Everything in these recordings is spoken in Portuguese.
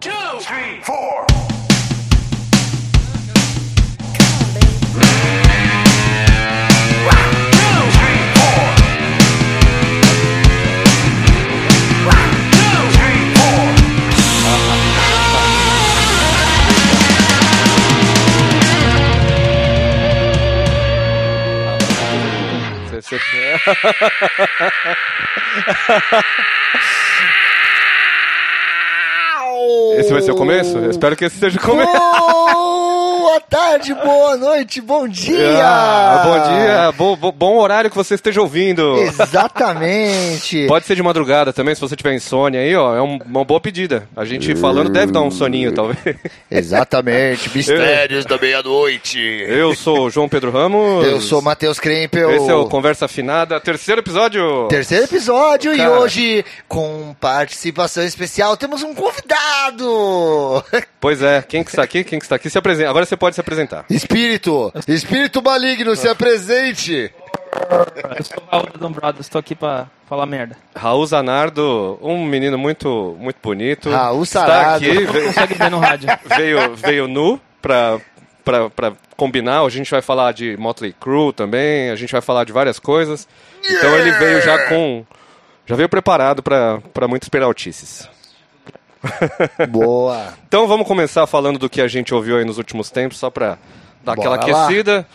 One, three, four. Você, você... Esse vai ser o começo? Eu espero que esse seja o começo. Boa tarde, boa noite, bom dia! Ah, bom dia, bo- bo- bom horário que você esteja ouvindo. Exatamente! Pode ser de madrugada também, se você tiver insônia aí, ó, é um- uma boa pedida. A gente falando deve dar um soninho, talvez. Exatamente, mistérios da meia-noite! Eu sou o João Pedro Ramos. Eu sou o Matheus Krempel. Esse é o Conversa Afinada, terceiro episódio. Terceiro episódio e Cara. hoje, com participação especial, temos um convidado! Pois é, quem que está aqui, quem que está aqui, se apresenta. Agora você pode se apresentar. Espírito! Espírito maligno, se apresente! Eu sou o Raul do Dombrados, estou aqui pra falar merda. Raul Zanardo, um menino muito, muito bonito. Raul está Sarado. aqui, ve- Consegue ver no rádio. veio, veio nu pra, pra, pra combinar. A gente vai falar de Motley Crue também, a gente vai falar de várias coisas. Então ele veio já com. Já veio preparado pra pra muitos peraltices. Boa! Então vamos começar falando do que a gente ouviu aí nos últimos tempos, só pra dar Bora aquela lá. aquecida.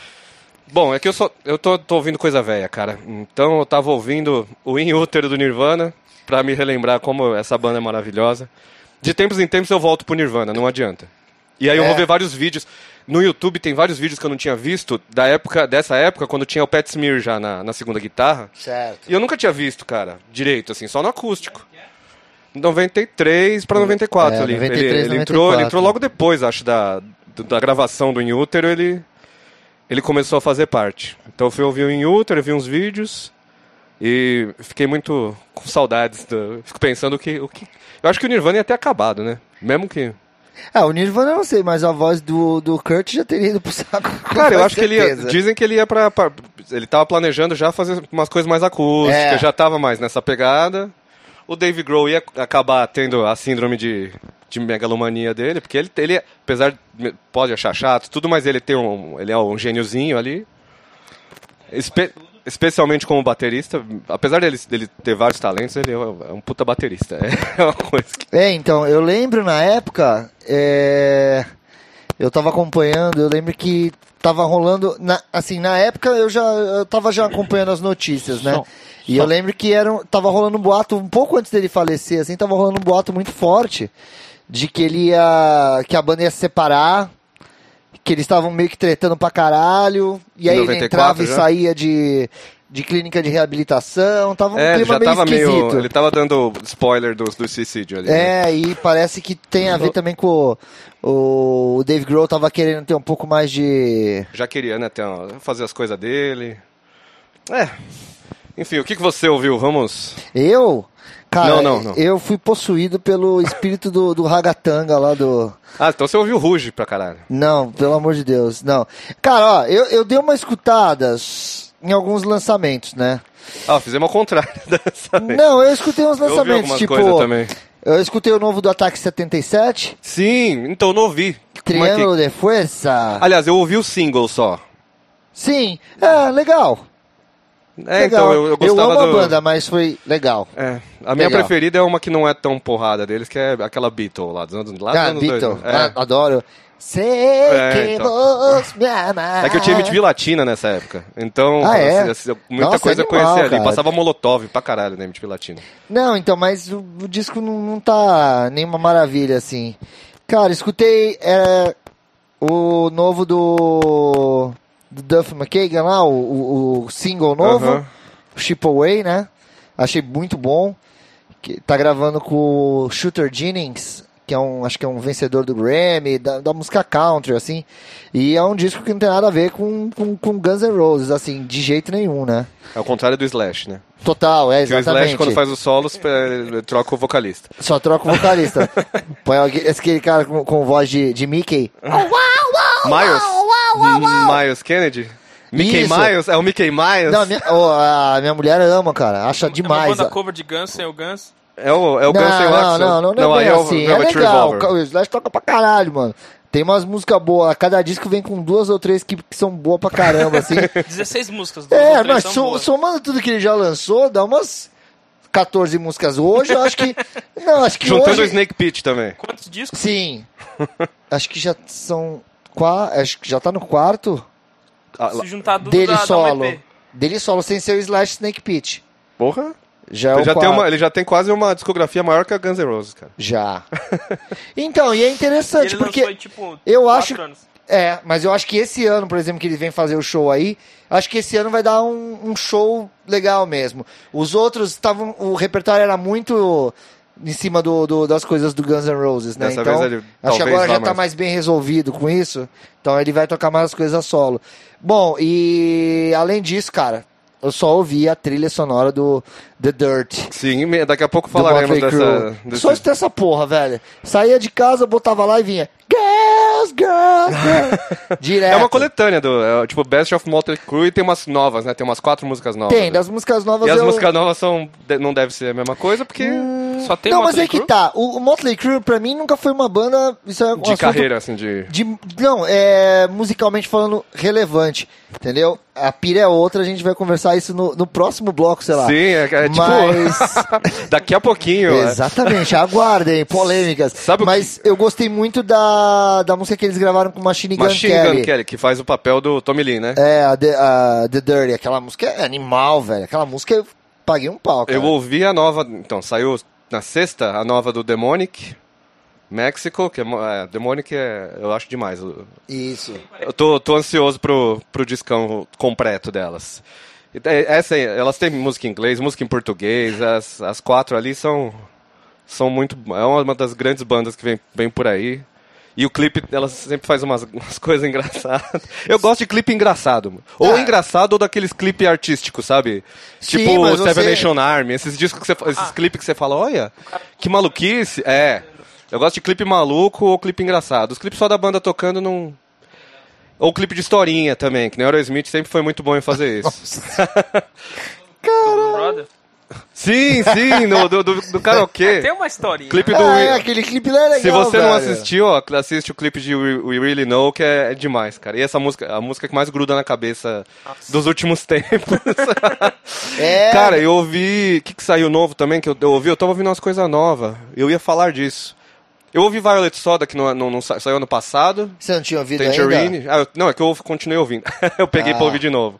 Bom, é que eu só. Eu tô, tô ouvindo coisa velha, cara. Então eu tava ouvindo o In Útero do Nirvana, pra me relembrar como essa banda é maravilhosa. De tempos em tempos eu volto pro Nirvana, não adianta. E aí eu É. vou ver vários vídeos. No YouTube tem vários vídeos que eu não tinha visto da época, dessa época, quando tinha o Pat Smear já na, na segunda guitarra. Certo. E eu nunca tinha visto, cara, direito, assim, só no acústico. 93 pra 94 É, ali. 93, ele, ele entrou, 94. ele entrou logo depois, acho, da, do- da gravação do Inútero, ele, ele começou a fazer parte. Então eu fui ouvir o Inútero, vi uns vídeos e fiquei muito com saudades. do- fico pensando o que, o que. Eu acho que o Nirvana ia ter acabado, né? Mesmo que. Ah, o Nirvana eu não sei, mas a voz do, do Kurt já teria ido pro saco. com Cara, eu mais acho que ele ia, certeza. dizem que ele ia pra, pra- ele tava planejando já fazer umas coisas mais acústicas, É. já tava mais nessa pegada. O Dave Grohl ia acabar tendo a síndrome de, de megalomania dele, porque ele, ele, apesar de pode achar chato tudo, mas ele tem um, ele é um gêniozinho ali. Espe- especialmente como baterista, apesar dele, dele ter vários talentos, ele é um é um puta baterista. É uma coisa que É, então, eu lembro na época, é, eu tava acompanhando, eu lembro que tava rolando, na- assim, na época eu já eu tava já acompanhando as notícias, né? Som, E eu lembro que era, um- tava rolando um boato, um pouco antes dele falecer, assim, tava rolando um boato muito forte de que ele ia, que a banda ia se separar, que eles estavam meio que tretando pra caralho, e aí ele 94 entrava já? e saía de, de clínica de reabilitação, tava um é, ele clima já meio tava esquisito. meio, ele tava dando spoiler do, do suicídio ali. né? É, e parece que tem a ver também com o, o Dave Grohl tava querendo ter um pouco mais de. já queria, né, ter uma- fazer as coisas dele. É. Enfim, o que, que você ouviu? Vamos. Eu? Cara, Não, não, não. eu fui possuído pelo espírito do, do Ragatanga lá do. Ah, então você ouviu Ruge pra caralho. Não, pelo amor de Deus, não. Cara, ó, eu, eu dei uma escutada s- em alguns lançamentos, né? Ah, fizemos ao contrário dessa vez. Não, eu escutei uns eu ouvi lançamentos, algumas tipo. coisas também. Eu escutei o novo do Ataque 77, Sim, então eu não ouvi. Como é que- Triângulo de Força. Aliás, eu ouvi o single só. Sim, é, legal. É, legal. então eu, eu gostava amo do. a banda, mas foi legal. É, a minha Legal. preferida é uma que não é tão porrada deles, que é aquela Beatle lá dos anos, lá dos Ah, anos Beatle, 2000. ah, É. adoro. Sei que então. vos me amar. É que eu tinha MTV Latina nessa época. Então, Ah, é? assim, assim, muita Nossa, coisa eu animal, conhecia ali. cara. Passava Molotov pra caralho na MTV Latina. Não, então, mas o, o disco não, não tá nenhuma maravilha, assim. Cara, escutei é, o novo do, do Duff McKagan lá, o, o- o single novo, Aham. Ship Away, né? Achei muito bom. Que, tá gravando com o Shooter Jennings, que é um, acho que é um vencedor do Grammy, da, da música country, assim. E é um disco que não tem nada a ver com, com, com Guns N' Roses, assim, de jeito nenhum, né? É o contrário do Slash, né? Total, é, Porque o exatamente. Slash, quando faz os solos, eh, troca o vocalista. Só troca o vocalista. Põe alguém- esse aquele cara com, com voz de, de Mickey. Uhum. Miles? Miles Kennedy? Mickey Isso. Miles? É o Mickey Miles? Não, a minha, ô, a minha mulher ama, cara. Acha demais. É uma banda cover de Guns sem o Guns. É o, é o não, Guns N' não, Roses. não, não, não, aí é é bem o assim. É Velvet legal, Revolver. o Slash toca pra caralho, mano. Tem umas músicas boas, cada disco vem com duas ou três que, que são boas pra caramba, assim. 16 músicas. duas ou é, três mas são so- boas. somando tudo que ele já lançou, dá umas 14 músicas hoje, eu acho que... Não, acho que Juntando o hoje... Snake Pit também. Quantos discos? Sim. Acho que já são... Qua... Acho que já tá no quarto Ah, lá- Se juntar tudo dele dá, solo. dá um EP. Dele solo, sem ser o Slash Snake Pit. Porra. Já é Ele o já, tem quarto. uma, ele já tem quase uma discografia maior que a Guns N' Roses, cara. Já. Então, e é E interessante, Ele porque... lançou em, tipo, eu quatro acho- anos. É, mas eu acho que esse ano, por exemplo, que ele vem fazer o show aí, acho que esse ano vai dar um, um show legal mesmo. Os outros estavam. O repertório era muito em cima do, do- das coisas do Guns N' Roses, né? Dessa então, vez ele acho talvez que agora vá já tá mais. mais bem resolvido com isso. Então ele vai tocar mais as coisas solo. Bom, e além disso, cara, eu só ouvi a trilha sonora do The Dirt. Sim, me- daqui a pouco do falaremos Motley dessa. Crue. desse- Só escutar essa porra, velho. Saía de casa, botava lá e vinha. Girls, girls, girls. Direto. É uma coletânea do. é, tipo, Best of Motley Crue e tem umas novas, né? Tem umas quatro músicas novas. Tem, né? das músicas novas E as eu... Hum, músicas novas são. de- Não deve ser a mesma coisa, porque. Só tem Não, mas Motley é que Crue? tá. O, o Motley Crue, pra mim, nunca foi uma banda... Isso é um De assunto carreira, assim, de. De, não, é musicalmente falando relevante, entendeu? A pira é outra, a gente vai conversar isso no, no próximo bloco, sei lá. Sim, é, é tipo. Mas... daqui a pouquinho. é. Exatamente, aguardem, polêmicas. Sabe o- Mas eu gostei muito da, da música que eles gravaram com Machine Gun Machine Kelly. Gun Kelly, que faz o papel do Tommy Lee, né? É, a The, a The Dirty, aquela música é animal, velho. Aquela música eu paguei um pau, cara. Eu ouvi a nova. Então, saiu na sexta a nova do Demonic. México, que é, mo- é, Demonic é, eu acho demais. Eu, Isso. eu tô, tô ansioso pro, pro discão completo delas. E te- Essa, aí, é, assim, elas têm música em inglês, música em português, as, as quatro ali são, são muito. É uma das grandes bandas que vem, vem por aí. E o clipe, ela sempre faz umas, umas coisas engraçadas. Eu gosto de clipe engraçado. mano. Ou Ah. engraçado ou daqueles clipes artísticos, sabe? Sim, tipo mas Seven você- Ah. Nation Army, esses discos que você fa- esses clipes que você fala, olha, que maluquice. É. Eu gosto de clipe maluco ou clipe engraçado. Os clipes só da banda tocando não. Ou clipe de historinha também, que nem o Aerosmith sempre foi muito bom em fazer isso. Brother. sim, sim, no, do, do, do karaokê. Tem um uma historinha. Clipe do Ah, Will- é, aquele clipe lá é legal, Se você não velho. assistiu, ó, assiste o clipe de We, We Really Know, que é, é demais, cara. E essa música, a música que mais gruda na cabeça dos últimos tempos. É, Cara, eu ouvi. O que, que saiu novo também que eu, eu ouvi? Eu tava ouvindo umas coisas novas. Eu ia falar disso. Eu ouvi Violet Soda, que não, não, não sa- saiu ano passado. você não tinha ouvido ainda? Tangerine. Ah, eu- não, é que eu continuei ouvindo. eu peguei Ah. pra ouvir de novo.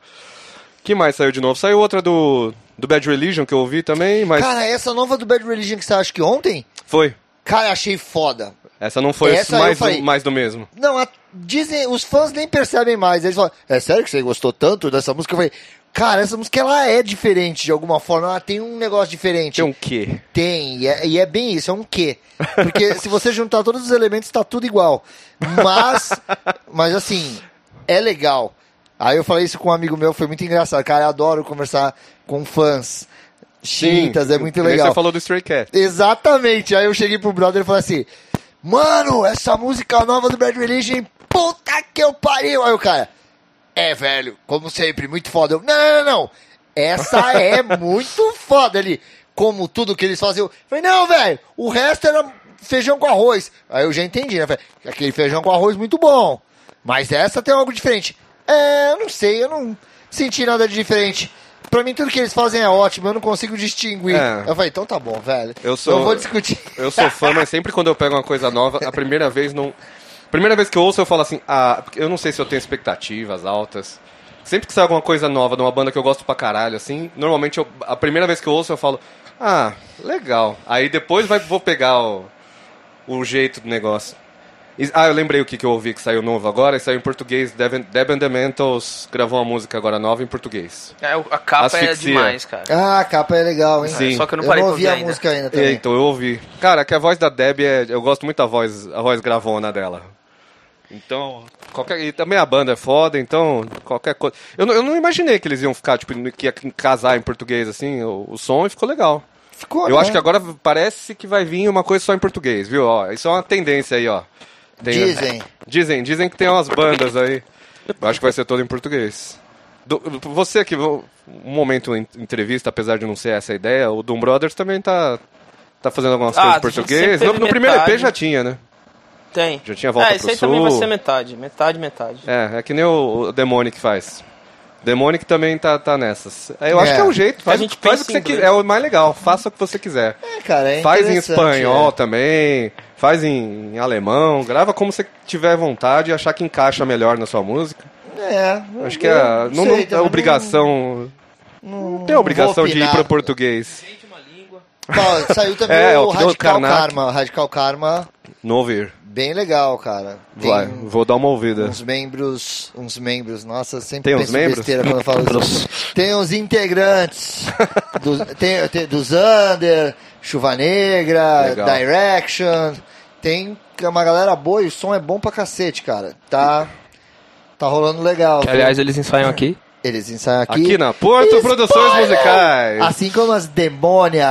que mais saiu de novo? Saiu outra do, do Bad Religion que eu ouvi também, mas. Cara, essa nova do Bad Religion que você acha que ontem? Foi. Cara, achei foda. Essa não foi Essa eu mais, falei. do, mais do mesmo. Não, a- dizem, os fãs nem percebem mais. Eles falam, é sério que você gostou tanto dessa música? Eu falei, cara, essa música ela é diferente de alguma forma, ela tem um negócio diferente. Tem um quê? Tem, e é, e é bem isso, é um quê. Porque se você juntar todos os elementos, tá tudo igual. Mas, mas assim, é legal. Aí eu falei isso com um amigo meu, foi muito engraçado. Cara, eu adoro conversar com fãs chiitas, é muito que nem legal. Você falou do Stray Cat. Exatamente. Aí eu cheguei pro brother e falei assim: Mano, essa música nova do Bad Religion, puta que eu pariu. Aí o cara, é velho, como sempre, muito foda. Eu, não, não, não, não. Essa é muito foda ali. Como tudo que eles faziam. Eu falei, não, velho, o resto era feijão com arroz. Aí eu já entendi, né? Falei, Aquele feijão com arroz muito bom. Mas essa tem algo diferente. É, eu não sei, eu não senti nada de diferente. Pra mim, tudo que eles fazem é ótimo, eu não consigo distinguir. É. Eu falei, então tá bom, velho. Eu sou- Não vou discutir. Eu sou fã, mas sempre quando eu pego uma coisa nova, a primeira vez não. Primeira vez que eu ouço, eu falo assim, ah, porque eu não sei se eu tenho expectativas altas. Sempre que sai alguma coisa nova de uma banda que eu gosto pra caralho, assim, normalmente eu- a primeira vez que eu ouço, eu falo, ah, legal. Aí depois vai, vou pegar o, o jeito do negócio. E- ah, eu lembrei o que, que eu ouvi que saiu novo agora, e saiu em português. Deb, Deb and the Mentals gravou uma música agora nova em português. É, o- a capa é Asfixia. demais, cara. Ah, a capa é legal, hein? Sim. Só que eu não eu parei não pra ouvi ouvir a ainda. música ainda É, também. então, eu ouvi. Cara, que a voz da Deb é. Eu gosto muito da voz, a voz gravona dela. Então. Qualquer, e também a banda é foda, então. Qualquer coisa. Eu, não- eu não imaginei que eles iam ficar, tipo, que ia casar em português, assim, o, o som e ficou legal. Ficou, Eu né? acho que agora parece que vai vir uma coisa só em português, viu? Ó, isso é uma tendência aí, ó. Tem- Dizem. Dizem, dizem que tem umas bandas aí. Eu acho que vai ser todo em português. Do- você que um momento em entrevista, apesar de não ser essa a ideia, o Doom Brothers também tá tá fazendo algumas Ah, coisas em a gente português. sempre No, teve no primeiro EP metade. já tinha, né? Tem. Já tinha Volta é, isso pro aí também Sul. vai ser metade. Metade, metade. É, é que nem o, o Demonic faz. Demonic também tá, tá nessas. Eu acho É. que é um jeito, faz, A gente faz pensa o que você em inglês. quiser. É o mais legal, faça o que você quiser. É, cara, é faz em interessante, espanhol é. também, faz em, em alemão, grava como você tiver vontade e achar que encaixa melhor na sua música. É. Acho que é, não, sei, não também é obrigação. Não, Não tem obrigação de ir pro português. É. português. Saiu também É, o o que deu o Radical Karnak. Karma. Radical Karma, Não ouvir. bem legal, cara. Tem um- Vai, vou dar uma ouvida. uns membros, uns membros, nossa, sempre Tem uns penso membros? besteira quando eu falo isso. Tem uns integrantes dos, tem, tem, dos Under, Chuva Negra, Legal. Direction. Tem uma galera boa e o som é bom pra cacete, cara. Tá, tá rolando legal. Que, aliás, eles ensaiam aqui. Eles ensaiam aqui. Aqui na Porto Spoiler! Produções Musicais. Assim como as Demônia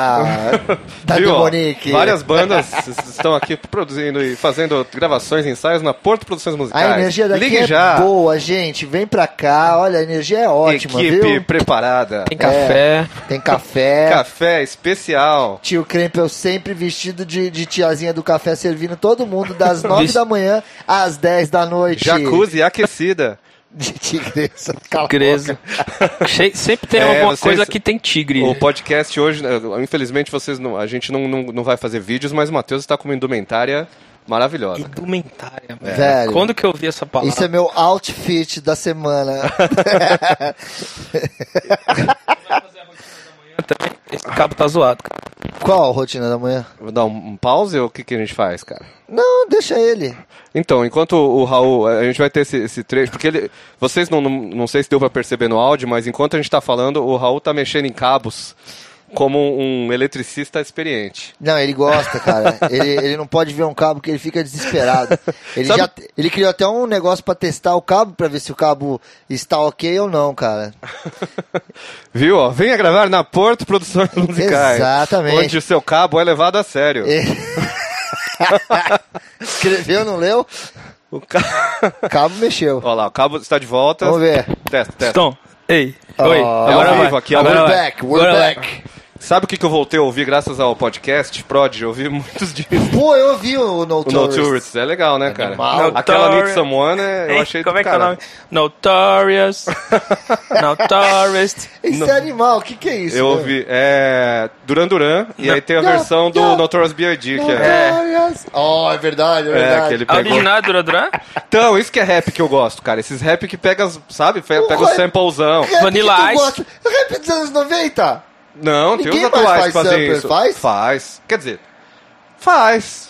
da Viu, ó? Demonique. Várias bandas s- estão aqui produzindo e fazendo gravações, ensaios na Porto Produções A Musicais. energia daqui Ligue é já. boa, gente. Vem pra cá. Olha, a energia é ótima, Equipe viu? É. preparada. Tem café. Tem café. Café especial. Tio Krempel sempre vestido de, de tiazinha do café, servindo todo mundo das 9 Vesti- da manhã às 10 da noite. Jacuzzi aquecida. De tigresa. Cala a Tigresa. Che- Sempre tem É, alguma vocês- coisa que tem tigre. O podcast hoje, né, infelizmente, vocês não, a gente não, não, não vai fazer vídeos, mas o Matheus está com uma indumentária maravilhosa. Indumentária, É. mano. É. Velho. Quando que eu vi essa boca. palavra? Isso é meu outfit da semana. Também, Esse cabo tá zoado, cara. Qual a rotina da manhã? Vou dar um, um pause ou o que, que a gente faz, cara? Não, deixa ele. Então, enquanto o Raul, a gente vai ter esse, esse trecho, porque ele, vocês não, não, não sei se deu pra perceber no áudio, mas enquanto a gente tá falando, o Raul tá mexendo em cabos como um eletricista experiente. Não, ele gosta, cara. ele, ele não pode ver um cabo que ele fica desesperado. Ele, Sabe- já, ele criou até um negócio pra testar o cabo, pra ver se o cabo está ok ou não, cara. Viu? ó? Venha gravar na Porto Produções Musicais. Exatamente. Onde o seu cabo é levado a sério. Escreveu, não leu? O ca... Cabo mexeu. Olha lá, o cabo está de volta. Vamos ver. Testa, testa. Então, ei. Ah, Oi. é ao Agora vivo vai. aqui, ó. agora we're vai. back, we're Agora vai. back. Sabe o que, que eu voltei a ouvir graças ao podcast Prod? Eu ouvi muitos dias. Pô, eu ouvi o O No No Tourist. Tourists. É legal, né, cara? animal. Aquela Notorious. Need Someone, é- eu Ei, achei Como do é que é o caralho. nome? Notorious. Notorious. Esse Não. animal, o que que é isso? Eu ouvi. É. Duran Duran. E aí tem a Não, versão do não. Notorious B.I.D. que é. Notorious. Ó, é verdade, é É, verdade. aquele A pegou. original é Duran Duran? Então, isso que é rap que eu gosto, cara. Esses rap que pega, as- sabe? Fe- Pega o rap- samplezão. Rap que Vanilla tu Ice. gosta. Rap dos anos 90. Não, tem Ninguém os mais atuais faz que fazem sample, isso. faz? Faz. Quer dizer, faz.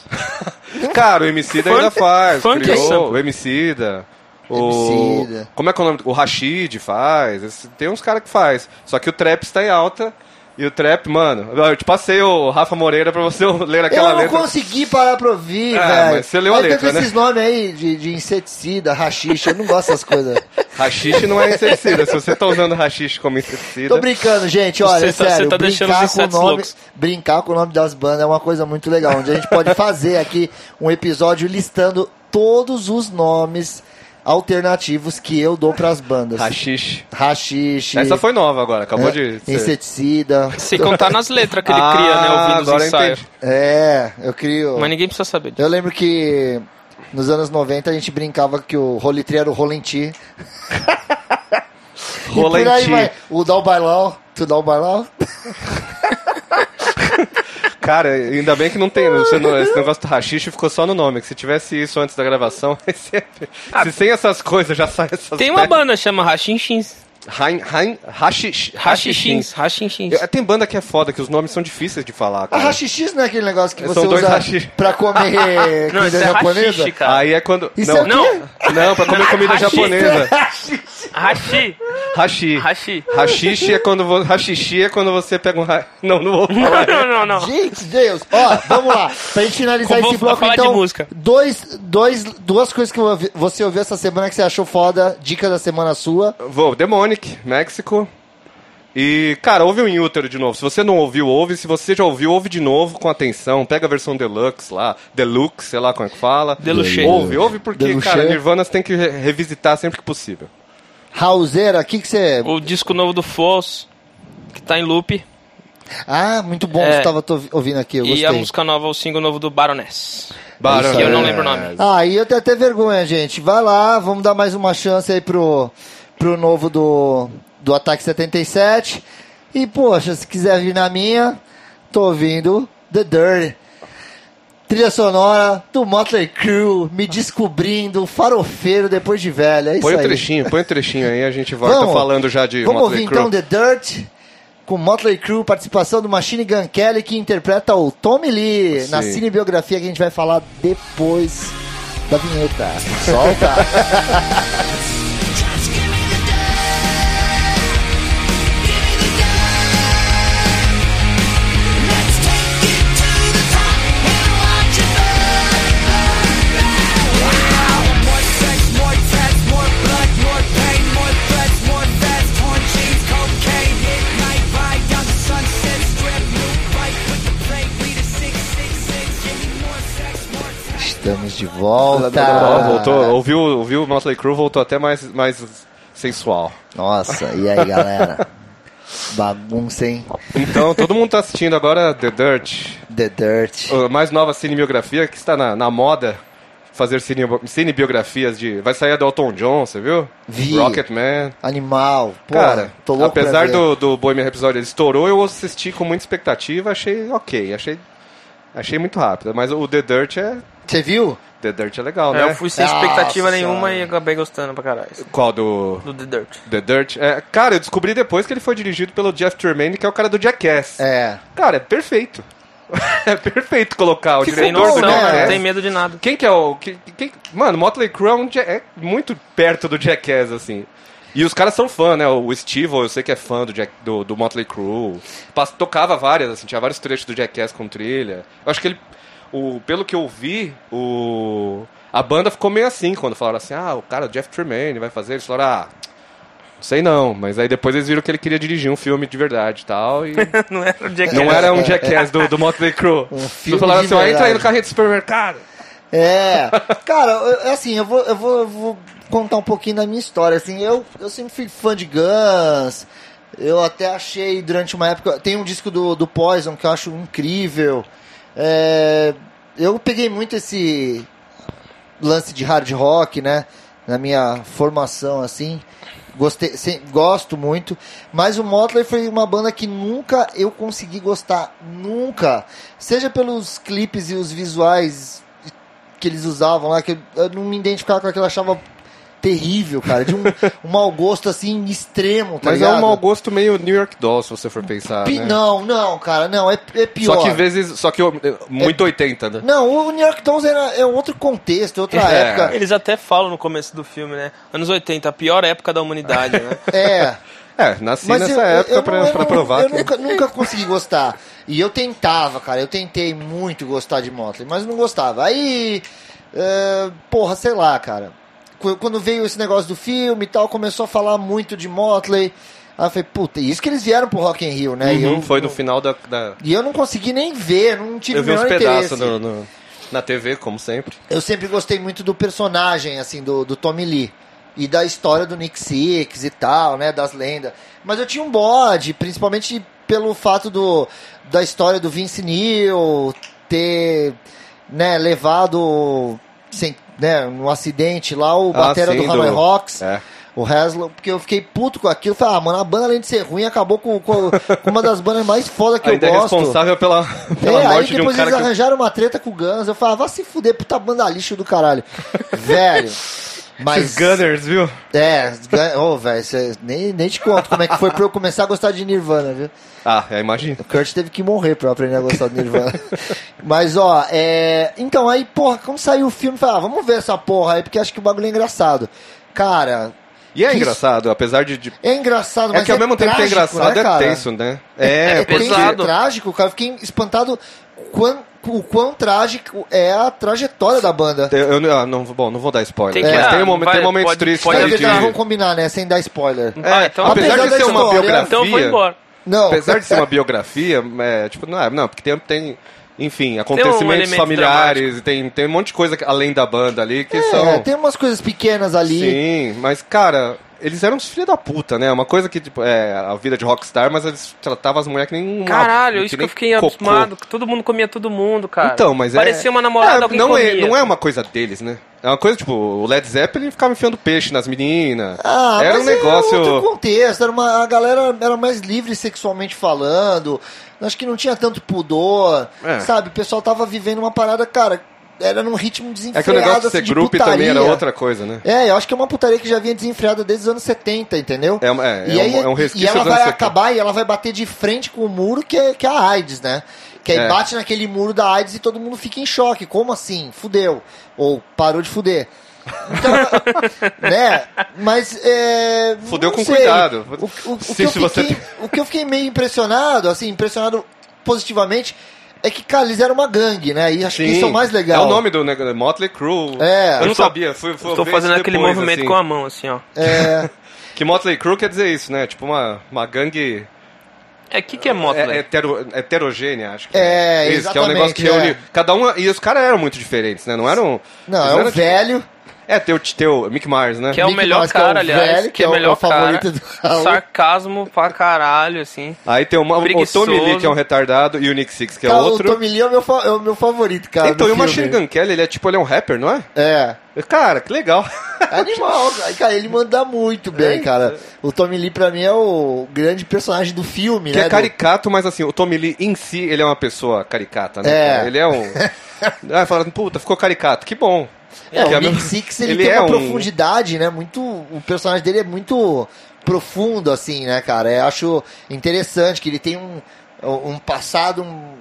cara, o Emicida ainda Funk- faz. funk é criou, sample. o Emicida. O... Emicida. Como é que é o nome? O Rashid faz. esse- Tem uns caras que faz. Só que o trap está em alta. E o trap, mano... Eu te passei o Rafa Moreira pra você ler Eu aquela não letra. consegui parar pra ouvir, Ah, velho. mas você leu a Mas letra, tanto esses nomes aí de, de inseticida, rachixe, eu não gosto dessas coisas. Rachixe não é inseticida. Se você tá usando rachixe como inseticida... Tô brincando, gente, olha, né? Você tá- sério, você tá deixando brincar, os com o insetos nome, loucos. brincar com o nome das bandas é uma coisa muito legal, onde a gente pode fazer aqui um episódio listando todos os nomes alternativos que eu dou pras bandas. Rachixe. Rachixe, Essa foi nova agora. Acabou é, de... ser. inseticida, Se contar nas letras que ele cria, né? Ah, Ouvindo os agora eu ensaios. entendi. é, eu crio... Mas ninguém precisa saber disso. Eu lembro que nos anos 90 a gente brincava que o Rolitri era o Rolenti. E por aí Rolenti. vai. O Dal Bailão. Tu dá o bailão? Cara, ainda bem que não tem. você não- esse negócio do rachixe ficou só no nome. Que se tivesse isso antes da gravação, aí você- Ah, se sem essas coisas já sai essas. Tem uma banda que chama Rachinchins. Rain, Rain, Rachix- Rachinchins. Rachixins. Rachinchins. Eu- Tem banda que é foda, que os nomes são difíceis de falar, A cara. hashixis não é aquele negócio que Tá. São você dois usa hashi. pra comer Não, isso comida é japonesa? rachixe, cara. Aí é quando. Isso é não, o Não, não, pra comer comida Rachi- japonesa. Rachi. Rachi. Rachi. Rachixe é quando você. Rachixe é quando você pega um. ra- Não, não vou Não, falar. não, não, não. Gente, Deus. Ó, vamos lá. Pra gente finalizar Vou esse bloco, falar de então, música. Dois, dois, duas coisas que ouvi- você ouviu essa semana que você achou foda, dica da semana sua. Vou, Demonic, México. E, cara, ouve o Inútero de novo. Se você não ouviu, ouve. Se você já ouviu, ouve de novo com atenção. Pega a versão deluxe lá, deluxe, sei lá como é que fala. Deluxe. Ouve, ouve porque, Deluxe. é? cara, Nirvana você tem que re- revisitar sempre que possível. Raulzeira, o que que você... O disco novo do Foz, que tá em loop. Ah, muito bom, É. estava tô- ouvindo aqui, eu E gostei. a música nova, o single novo do Baroness. Barão. Que eu não lembro o nome. Ah, e eu tenho até vergonha, gente. Vai lá, vamos dar mais uma chance aí pro, pro novo do, do Ataque 77. E, poxa, se quiser vir na minha, tô ouvindo The Dirt. Trilha sonora do Motley Crue, me descobrindo, farofeiro depois de velho, é isso Põe o aí. trechinho, põe o trechinho aí, a gente volta Vamos. falando já de Vamos Motley ouvir então Crue. The Dirt com Motley Crue, participação do Machine Gun Kelly que interpreta o Tommy Lee na Sim. cinebiografia que a gente vai falar depois da vinheta. Solta! Just give me the dirt. Give me the dirt. Let's take it to the top and watch it burn, burn, burn. Wow. More sex, more sex, more blood, more pain, more threats, more fast porn, cheese, cocaine, midnight ride on the sunset strip, loop right with the play, beat a six, six, six. Give me more sex, more sex. Estamos de volta! Tá. Ó, voltou, ouviu, ouviu o Motley Crue, voltou até mais, mais sensual. Nossa, e aí galera? Bagunça, hein? Então, todo mundo tá assistindo agora The Dirt, The Dirt. a Ah, mais nova cinebiografia que está na, na moda fazer cine, cinebiografias de... Vai sair a do Elton John, você viu? Vi. Rocketman. Animal, pô, Cara, tô louco pra apesar ver. do, do Bohemian Rhapsody ele estourou, eu assisti com muita expectativa, achei ok, achei, achei muito rápido. Mas o The Dirt é... Você viu? The Dirt é legal, É, né? eu fui sem Nossa expectativa senhora. nenhuma e acabei gostando pra caralho. Qual do... Do The Dirt. The Dirt. É, cara, eu descobri depois que ele foi dirigido pelo Jeff Tremaine, que é o cara do Jackass. É. Cara, é perfeito. é perfeito colocar o Sem diretor noção, do bom, né? cara, não Jackass. tem medo de nada. Quem que é o... que- quem- mano, Motley Crue é, um ja- é muito perto do Jackass, assim. E os caras são fã, né? O Steve, eu sei que é fã do, Jack, do, do Motley Crue. Pas- tocava várias, assim, tinha vários trechos do Jackass com trilha. Eu acho que ele... O, pelo que eu vi, o... A banda ficou meio assim, quando falaram assim, ah, o cara, o Jeff Tremaine vai fazer. Eles falaram, ah, não sei não. Mas aí depois eles viram que ele queria dirigir um filme de verdade e tal, e... Não era o Jack Não Jack. era um Jackass do, do Motley Crue. Um filme Não falaram assim, de ó, entra aí verdade. no carrinho do supermercado. É, cara, eu- eu- assim, eu vou, eu vou, eu vou contar um pouquinho da minha história, assim, eu, eu sempre fui fã de Guns, eu até achei durante uma época, tem um disco do, do Poison que eu acho incrível, É, eu peguei muito esse lance de hard rock, né, na minha formação, assim, gostei, sem- gosto muito, mas o Motley foi uma banda que nunca eu consegui gostar, nunca, seja pelos clipes e os visuais que eles usavam lá, que eu, eu não me identificava com aquilo, eu achava terrível, cara. De um, um mau gosto assim extremo, tá Mas ligado? é um mau gosto meio New York Dolls, se você for pensar, Pi- né? Não, não, cara, não, é, é pior. É. Só que vezes... Só que eu- muito 80, né? Não, o New York Dons era, é outro contexto, outra É. época. Eles até falam no começo do filme, né? Anos 80, a pior época da humanidade, né? É. É, nasci Mas nessa eu- eu- época eu pra, não- eu pra não- provar Eu que... nunca, nunca consegui gostar. E eu tentava, cara. Eu tentei muito gostar de Motley, mas não gostava. Aí, é, porra, sei lá, cara. Qu- Quando veio esse negócio do filme e tal, começou a falar muito de Motley. Aí eu falei, puta, e isso que eles vieram pro Rock in Rio, né? e, Uhum, eu, foi no final da... da- e eu não consegui nem ver, não é tive Eu o vi uns menor pedaços interesse. no- no- na TV, como sempre. Eu sempre gostei muito do personagem, assim, do, do Tommy Lee. E da história do Nick Six e tal, né? Das lendas. Mas eu tinha um bode, principalmente pelo fato do, da história do Vince Neil ter, né, levado, sem, né, um acidente lá, o Ah, batera sim, do Hanoi do- Rocks. É. O Haslam, porque eu fiquei puto com aquilo. Falei, ah, mano, a banda além de ser ruim, acabou com, com- com uma das bandas mais foda que Ainda eu é gosto. responsável pela, pela É, aí morte de um depois cara eles que... arranjaram uma treta com o Guns. Eu falava, vá se fuder, puta banda lixo do caralho. velho. Mas. Esses Gunners, viu? É, os Gun- ô, velho, cê- nem, nem te conto como é que foi pra eu começar a gostar de Nirvana, viu? Ah, é, imagina. O Kurt teve que morrer pra eu aprender a gostar do Nirvana. Mas, ó, é. Então, aí, porra, quando saiu o filme, eu falei, ah, vamos ver essa porra aí, porque acho que o bagulho é engraçado. Cara, E é Que- engraçado, apesar de... de- é engraçado, É mas. que ao mesmo tempo que é trágico, engraçado, né, é cara? tenso, né? É, É porque- tenso e pesado. trágico, cara. Eu fiquei espantado quão- o quão trágico é a trajetória da banda. Tem- Eu, não- ah, não, bom, não vou dar spoiler. Tem que- mas ah, tem, um momento, vai, tem momentos pode- tristes. pode de- Mas Olha, eles avisar. vão de- combinar, né? Sem dar spoiler. É, Ah, então- apesar, Apesar de da ser uma história- biografia, Então foi embora. Não. é, apesar de ser uma biografia, é, tipo, não é, não, porque tem, tem enfim, acontecimentos um elemento familiares, tem, tem um monte de coisa que- além da banda ali que É, são tem umas coisas pequenas ali. Sim, mas cara, Eles eram uns filha da puta, né? Uma coisa que, tipo, é a vida de rockstar, mas eles tratavam as mulheres que nem. uma- Caralho, que isso que nem eu fiquei cocô. abismado. que Todo mundo comia todo mundo, cara. Então, mas é. Parecia uma namorada, é, alguém não comia. é, não é uma coisa deles, né? É uma coisa, tipo, o Led Zeppelin ficava enfiando peixe nas meninas. Ah, era mas um negócio. Era outro contexto, era uma, a galera era mais livre sexualmente falando, acho que não tinha tanto pudor, É. sabe? O pessoal tava vivendo uma parada, cara, era num ritmo É que desenfreado, o negócio de ser assim, de grupo também era putaria. outra coisa, né? É, eu acho que é uma putaria que já vinha desenfreada desde os anos 70, entendeu? É, uma- é, e é aí, um, é um e resquício ela dos vai anos 70. acabar e ela vai bater de frente com o muro que é, que é a AIDS, né? Que aí É. bate naquele muro da AIDS e todo mundo fica em choque. Como assim? Fudeu. Ou parou de fuder. Então, né? Mas é, Fudeu não com sei. cuidado. O, o- o Se que eu se você fiquei, o que eu fiquei meio impressionado, assim, impressionado positivamente, é que, cara, eles eram uma gangue, né? E acho que isso é o mais legal. É o nome do negócio, Motley Crue. É. Eu não sabia. Fui, fui Estou ver fazendo isso aquele depois, movimento assim. com a mão, assim, ó. É, Que Motley Crue quer dizer isso, né? Tipo uma, uma gangue É, o que, que é moto, é, velho? hetero- heterogênea, acho que. É, isso, que é um exatamente, negócio que é. reúne. Cada um. E os caras eram muito diferentes, né? Não eram. não, eles é um eram, tipo, velho. É, teu, teu Mick Mars, né? Que é o Mickey melhor Mouse, que é o cara, aliás. velho, que que é é o o- é melhor o favorito cara. do é- Raul. Sarcasmo pra caralho, assim. Aí tem uma, o Preguiçoso. Tommy Lee, que é um retardado, e o Nick Six, que é Cara, outro. O Tommy Lee é o meu, fa- é o meu favorito, cara. então, e do o filme. Machine Gun Kelly, ele é tipo, ele é um rapper, não é? É. Cara, que legal. Animal, cara. Cara, ele manda muito É. bem, cara. O Tommy Lee, pra mim, é o grande personagem do filme, Que né? é caricato, mas assim, o Tommy Lee em si, ele é uma pessoa caricata, né? É. Ele é um. ah, falando, puta, ficou caricato, que bom. Do... É, Que o a Nick mesma- Six, ele, ele tem é uma um- profundidade, né? Muito... O personagem dele é muito profundo, assim, né, cara? Eu acho interessante que ele tem um, um passado... Um...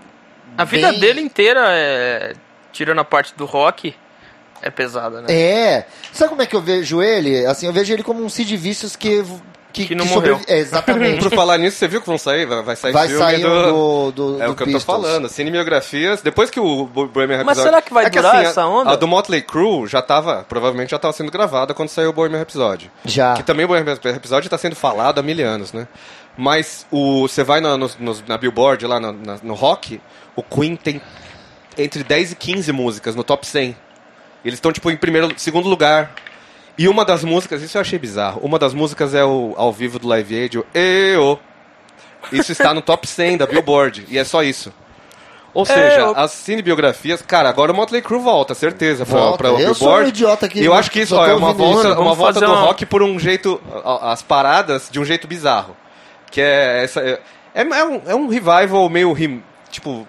A vida bem- dele inteira, é... tirando a parte do rock, é pesada, né? É. Sabe como é que eu vejo ele? Assim, eu vejo ele como um Sid Vicious que... Que, Que não sobrevi- morreu. É, exatamente. Por falar nisso, você viu que vão sair? Vai vai sair Vai Tá filme sair do. um do, do, É do o que eu Pistols. tô falando, cinemiografias. Depois que o Bo- Bohemian Rhapsody. Mas será que vai É durar a- essa onda? A do Motley Crue já tava, provavelmente já tava sendo gravada quando saiu o Bohemian Rhapsody. Já. Que também o Bohemian Rhapsody está sendo falado há mil anos, né? Mas o, você vai na, nos- nos- na Billboard, lá na- na- no rock, o Queen tem entre 10 e 15 músicas no top 100. Eles estão, tipo, em primeiro, segundo lugar. E uma das músicas, isso eu achei bizarro, uma das músicas é o ao vivo do Live Aid, o EO. Isso está no top 100 da Billboard, e é só isso. Ou seja, eu- as cinebiografias, cara, agora o Motley Crue volta, certeza, pra- Volta. pra, Eu Billboard. sou um idiota que Eu acho que isso só ó, tô é uma ouvindo isso. volta, Vamos uma volta fazer do uma- rock por um jeito, a- as paradas de um jeito bizarro. Que é essa. É, é, um, é um revival meio. rim- Tipo.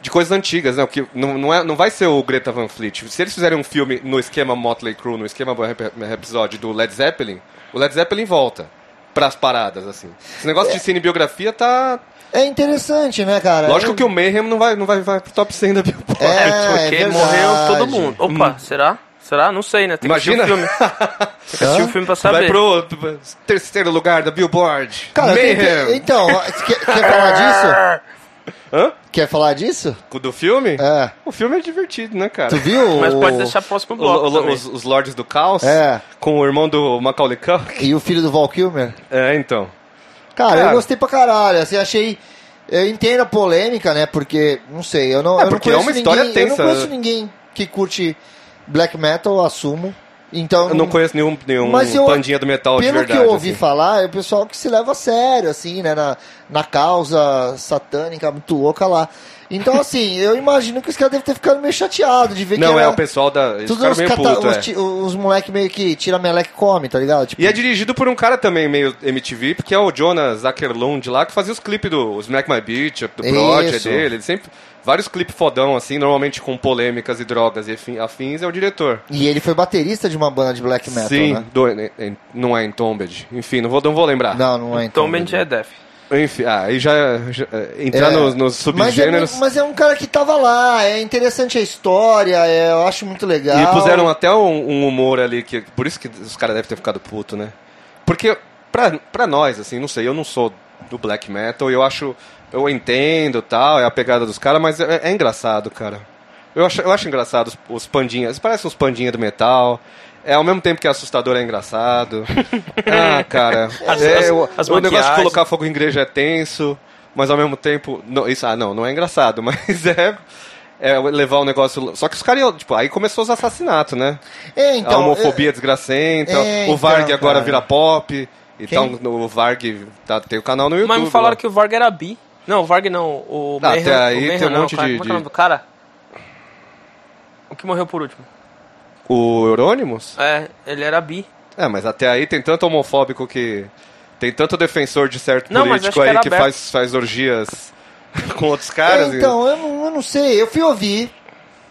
De coisas antigas, né? Porque não, não, é, não vai ser o Greta Van Fleet. Se eles fizerem um filme no esquema Motley Crue, no esquema Bohemian Rhap- Rhapsody do Led Zeppelin, o Led Zeppelin volta pras paradas, assim. Esse negócio de cinebiografia tá... É interessante, né, cara? Lógico Eu- que o Mayhem não vai, não vai, vai pro top 100 da Billboard. É, Porque é morreu verdade. todo mundo. Opa, será? Será? Não sei, né? Tem que assistir Hum. Imagina. o filme. Tem que assistir o filme pra Vai saber. pro pro terceiro lugar da Billboard. Cara, eu Mayhem. tentei- então, quer, quer falar Hã? disso? Quer falar disso? Do filme? É. O filme é divertido, né, cara? Tu viu? Mas o- pode deixar pro O- próximo o- bloco o- também. os, os Lordes do Caos? É. Com o irmão do Macaulay Culkin? E o filho do Val Kilmer? É, então. Cara, eu Cara. gostei pra caralho. Assim, achei. Eu entendo a polêmica, né? Porque, não sei, eu não. É, eu não porque é uma conheço história ninguém, tensa. né? Eu não conheço ninguém que curte black metal, assumo. Então. Eu não conheço nenhum, nenhum Mas eu- pandinha do metal de Pelo verdade. que eu ouvi assim. falar, é o pessoal que se leva a sério, assim, né? Na, na causa satânica muito louca lá. Então, assim, eu imagino que os caras devem ter ficado meio chateados de ver que Não, é era o pessoal da... Eles Tudo ficaram uns, meio cata- puto, uns, é. ti- uns moleque meio que tira meleque e come, tá ligado? Tipo, E é dirigido por um cara também meio MTV, porque é o Jonas Zuckerlund lá, que fazia os clipes do Smack My Beach, do Prod, é Isso. dele. Ele sempre... Vários clipes fodão, assim, normalmente com polêmicas e drogas e afim- afins, é o diretor. e ele foi baterista de uma banda de black metal, Sim, né? do- en- en- não é Entombed. Enfim, não vou, não vou lembrar. Não, não é então. Tom Bendy é Def. Enfim, ah, aí já, já é, entrar É. nos, nos Mas é, subgêneros. mu- mas é um cara que tava lá, é interessante a história, é- eu acho muito legal. E puseram até um, um humor ali, que por isso que os caras devem ter ficado puto, né? Porque pra, pra nós, assim, não sei, eu não sou do black metal, eu acho, eu entendo tal, é a pegada dos caras, mas é, é engraçado, cara. Eu acho, eu acho engraçado os, os pandinhas, parece uns pandinhas do metal. É ao mesmo tempo que é assustador, é engraçado. ah, cara. As- é, as- o, as o negócio maquiagens. de colocar fogo em igreja é tenso, mas ao mesmo tempo. Não, isso, ah, não, não é engraçado, mas é. é, levar o negócio. Só que os caras, iam, tipo, aí começou os assassinatos, né? É, então, a homofobia desgracenta, É, o Varg então, agora cara. vira pop. Então Quem- o Varg tá- tem o canal no YouTube. Mas me falaram lá. que o Varg era bi. Não, o Varg não. O né? Ah, Mayhem- até aí o Mayhem tem um não, monte cara. de- Como é que é o de- nome do cara? O que morreu por último? O Euronymous? É, ele era bi. É, mas até aí tem tanto homofóbico que. Tem tanto defensor de certo Não, mas acho político aí que era que aberto. faz, faz orgias com outros é, caras. e- então eu, não, eu não sei, eu fui ouvir.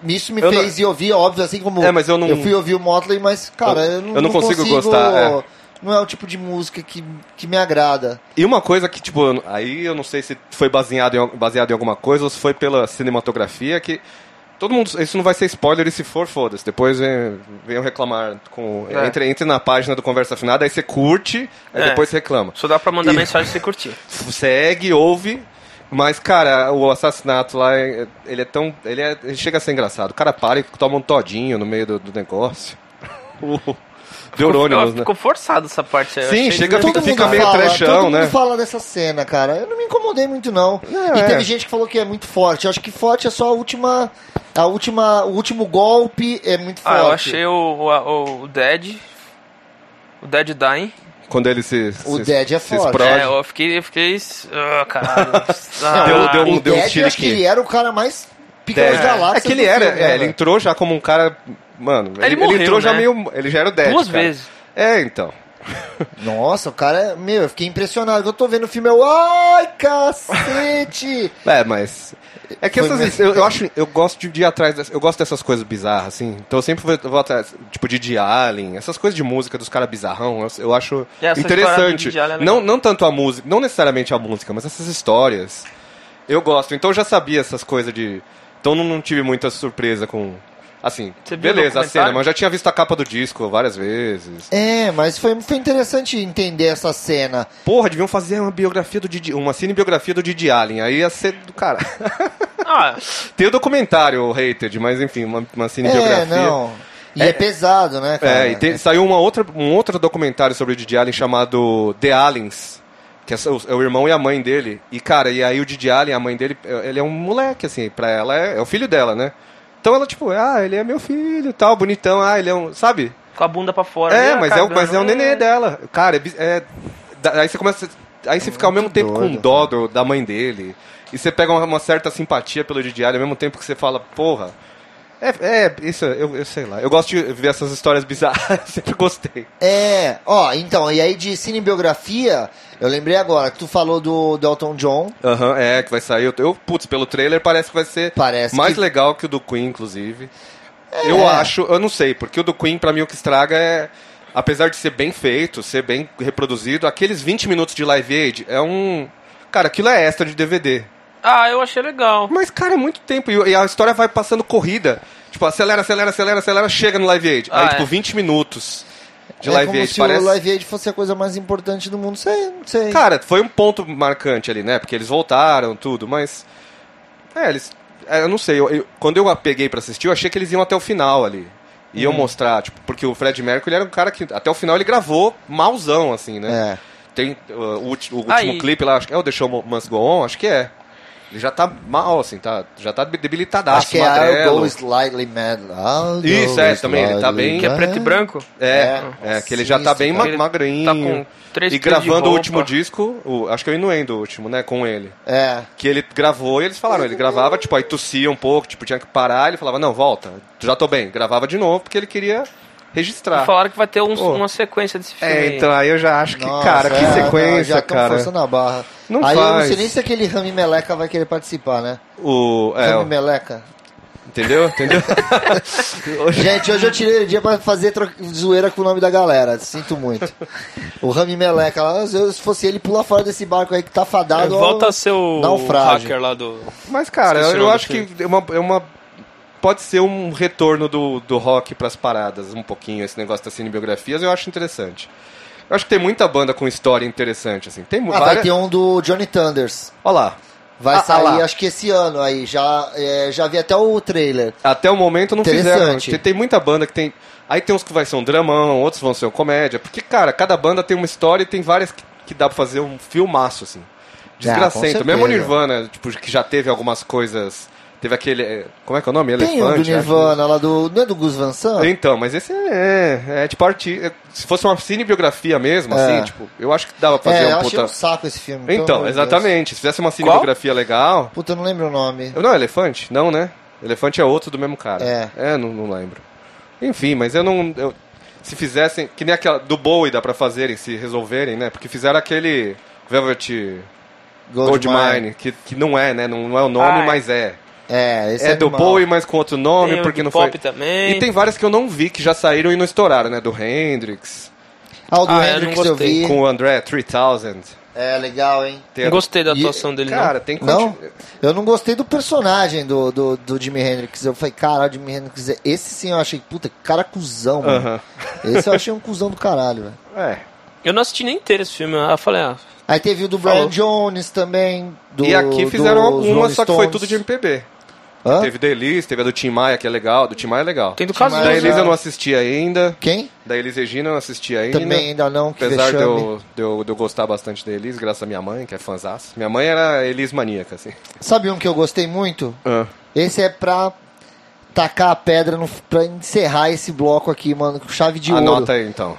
Isso me Eu não- fez ir ouvir, óbvio, assim como. É, mas eu não- fui ouvir o Motley, mas, cara, eu, Eu- não, eu não consigo gostar, é. Não é o tipo de música que, que me agrada. E uma coisa que, tipo, eu- aí eu não sei se foi baseado em, baseado em alguma coisa ou se foi pela cinematografia que. Todo mundo. Isso não vai ser spoiler e se for, foda-se. Depois vem- venham reclamar. Com, É. entre, entre na página do Conversa Afinada, aí você curte, aí É. depois você reclama. Só dá pra mandar E- mensagem se curtir. F- Segue, ouve. Mas, cara, o assassinato lá, é- ele é tão. Ele, é- ele chega a ser engraçado. O cara para e toma um todinho no meio do, do negócio. O- De Eurônimos, né? Ficou forçado essa parte aí. eu Sim, achei chega- desnecessário. fica- fica meio trechão, todo né? mundo fala dessa cena, cara. Eu não me incomodei muito, não. Não, e é. teve gente que falou que é muito forte. Eu acho que forte é só a última. A última. O último golpe é muito Ah, forte. eu achei o, o, o Dead. O Dead Dying. Quando ele se. O se- Dead é se forte. explode. É, eu fiquei. Eu fiquei ah, caralho. Deu- deu um- o Dead, Ah, eu acho que tiro que- ele era o cara mais pica das Dead. galáxias. É que ele do era, filme, é, né, ele velho? entrou já como um cara. Mano, ele, ele morreu, entrou já né? meio. Ele já era o Dead. Duas cara. vezes. É, então. Nossa, o cara, é, meu, eu fiquei impressionado. Quando eu tô vendo o filme, eu. Ai, cacete! É, mas. É que Foi essas, mesmo. eu, eu acho. Eu gosto de ir atrás. dessas- Eu gosto dessas coisas bizarras, assim. Então eu sempre vou, vou atrás. Tipo, de Didi Allen, essas coas de música dos caras bizarrão. Eu, eu acho É, essa história do interessante. Didi Allen é legal. não, não tanto a música. Não necessariamente a música, mas essas histórias. Eu gosto. Então eu já sabia essas coisas de. Então não, não tive muita surpresa com. Assim, Você viu o beleza, a documentário? cena, mas eu já tinha visto a capa do disco várias vezes. É, mas foi, foi interessante entender essa cena. Porra, deviam fazer uma biografia do Didi, uma cinebiografia do Didi Allen. Aí ia ser do cara. Ah, Tem o documentário, o Hated, mas enfim, uma, uma cinebiografia. É, não. E é, pesado, né, cara? É, e tem- saiu uma outra, um outro documentário sobre o Didi Allen chamado The Allens, que é o, é o irmão e a mãe dele. E, cara, e aí o Didi Allen, a mãe dele, ele é um moleque, assim, pra ela, é, é o filho dela, né? Então ela, tipo, ah, ele é meu filho e tal, bonitão, ah, ele é um. Sabe? com a bunda pra fora. É, né, mas é, o, cagando, mas é o nenê dela. Cara, é, bis- é- da- aí você começa. Aí você fica ao mesmo tempo com doido, dó do- da mãe dele. E você pega uma, uma certa simpatia pelo Didi Allen, ao mesmo tempo que você fala, porra. É, é, isso, eu, eu sei lá. Eu gosto de ver essas histórias bizarras, sempre gostei. É, ó, então, e aí de cinebiografia, eu lembrei agora que tu falou do Dalton John, Aham, é, que vai sair. Eu, eu, putz, pelo trailer parece que vai ser Parece mais que- É. legal que o do Queen, inclusive. Eu acho, eu não sei, porque o do Queen, pra mim, o que estraga é. Apesar de ser bem feito, ser bem reproduzido, aqueles 20 minutos de live aid é um. Cara, aquilo é extra de DVD. Ah, eu achei legal. Mas, cara, é muito tempo. E e a história vai passando corrida. Tipo, acelera, acelera, acelera, acelera, chega no live aid. Ah, Aí, é. tipo, 20 minutos de é live como aid. se Parece. o Live Aid fosse a coisa mais importante do mundo, sei, não sei. Cara, foi um ponto marcante ali, né? Porque eles voltaram, tudo, mas. É, eles. é, eu não sei, eu, eu- quando eu a peguei pra assistir, eu achei que eles iam até o final ali. Iam Uhum. mostrar, tipo, porque o Fred Mercury era um cara que até o final ele gravou malzão, assim, né? É. Tem uh, o, ulti- o último Aí. clipe lá, acho que é o The Show Must Go On, acho que é. Ele já tá mal, assim, tá, já tá debilitadaço, Acho que é I'll magrelo. Go Slightly Mad. I'll go Isso, é, também, ele tá bem- Que é preto e branco. É, é, que ele já tá Nossa, bem cara. ma- magrinho. Tá com três e quilos de gravando o roupa. último disco, o- acho que é o Inuendo, o último, né, com ele. É. que ele gravou e eles falaram, ele gravava, tipo, aí tossia um pouco, tipo, tinha que parar, ele falava, não, volta, já tô bem. Gravava de novo, porque ele queria E registrar. Falaram que vai ter um- Pô. uma sequência desse filme. É, aí. então aí eu já acho que, cara, que é, não, sequência, já tão cara. forçando a barra. Não aí eu não sei faz. nem se aquele Rami Meleca vai querer participar, né? O, é, Rami Meleca. entendeu? Entendeu? Gente, hoje eu tirei o dia pra fazer tro- zoeira com o nome da galera. Sinto muito. O Rami Meleca lá, se fosse ele, pula fora desse barco aí que tá É, fadado. ao Volta a ser o naufrágio. hacker lá do. Mas, cara, Esqueci o eu nome acho do que é uma, é uma- Pode ser um retorno do, do rock pras paradas, um pouquinho, esse negócio das cinebiografias, eu acho interessante. Eu acho que tem muita banda com história interessante, assim. Tem mu- Ah, vai várias... ter um do Johnny Thunders. Olha lá. Vai Ah, ah sair, lá. acho que esse ano aí. Já, é, já vi até o trailer. Até o momento não fizeram. Interessante. Tem, tem muita banda que tem. Aí tem uns que vai ser um dramão, outros vão ser uma comédia. Porque, cara, cada banda tem uma história e tem várias que, que dá pra fazer um filmaço, assim. Ah, com Desgracento. certeza. Mesmo o Nirvana, tipo, que já teve algumas coisas Teve aquele. é, Como é que é o nome? Tem um do Elefante. acho. Nirvana lá do. Não é do Gus Van Sant? Então, mas esse é, é, é tipo arti... é, Se fosse uma cinebiografia mesmo, É. assim, tipo, eu acho que dava pra fazer É, eu um achei puta. um saco esse filme. pelo amor Então, de Deus. exatamente. Se fizesse uma cinebiografia legal. Puta, eu não lembro o nome. Eu- Não, elefante? Não, né? Elefante é outro do mesmo cara. É. não, não lembro. Enfim, mas eu não. eu- se fizessem. Que nem aquela. Do Bowie dá pra fazerem, se resolverem, né? Porque fizeram aquele. Velvet Goldmine, que, que não é, né? Não é o nome, Ah, é. mas é. É, esse é do animal. Bowie, mas com outro nome, Tem o porque de não pop foi. também. E tem várias que eu não vi que já saíram e não estouraram, né? Do Hendrix, Ah, o do Ah, eu Hendrix não eu, gostei. vi. com o André 3000. É, legal, hein? Tem a Não do- gostei da E- atuação dele, Cara, tem Não? conti- Eu não gostei do personagem do, do, do Jimi Hendrix. Eu falei, caralho, Jimi Hendrix, é- esse sim eu achei, puta, que cara cuzão, mano. Aham. Esse eu achei um cuzão do caralho, velho. É. não. Eu não assisti nem inteiro esse filme. Eu falei, ah, Aí teve o do Brian Jones também. Do, e aqui fizeram dos algumas, Rolling só que foi Stones. tudo de MPB. Hã? Teve da Elise, teve a do Tim Maia, que é legal. Do Tim Maia é legal. tem do Tinha Cazuza. Da mais- né? Elise eu não assisti ainda. Quem? Da Elise Regina eu não assisti ainda. Também ainda não, que né? Apesar de vexame. eu, de, eu, de eu gostar bastante da Elise, graças à minha mãe, que é fãzaça. Minha mãe era Elis maníaca, assim. Sabe um que eu gostei muito? Ah. Esse é pra tacar a pedra, no, pra encerrar esse bloco aqui, mano, com chave de ouro. Anota aí, então.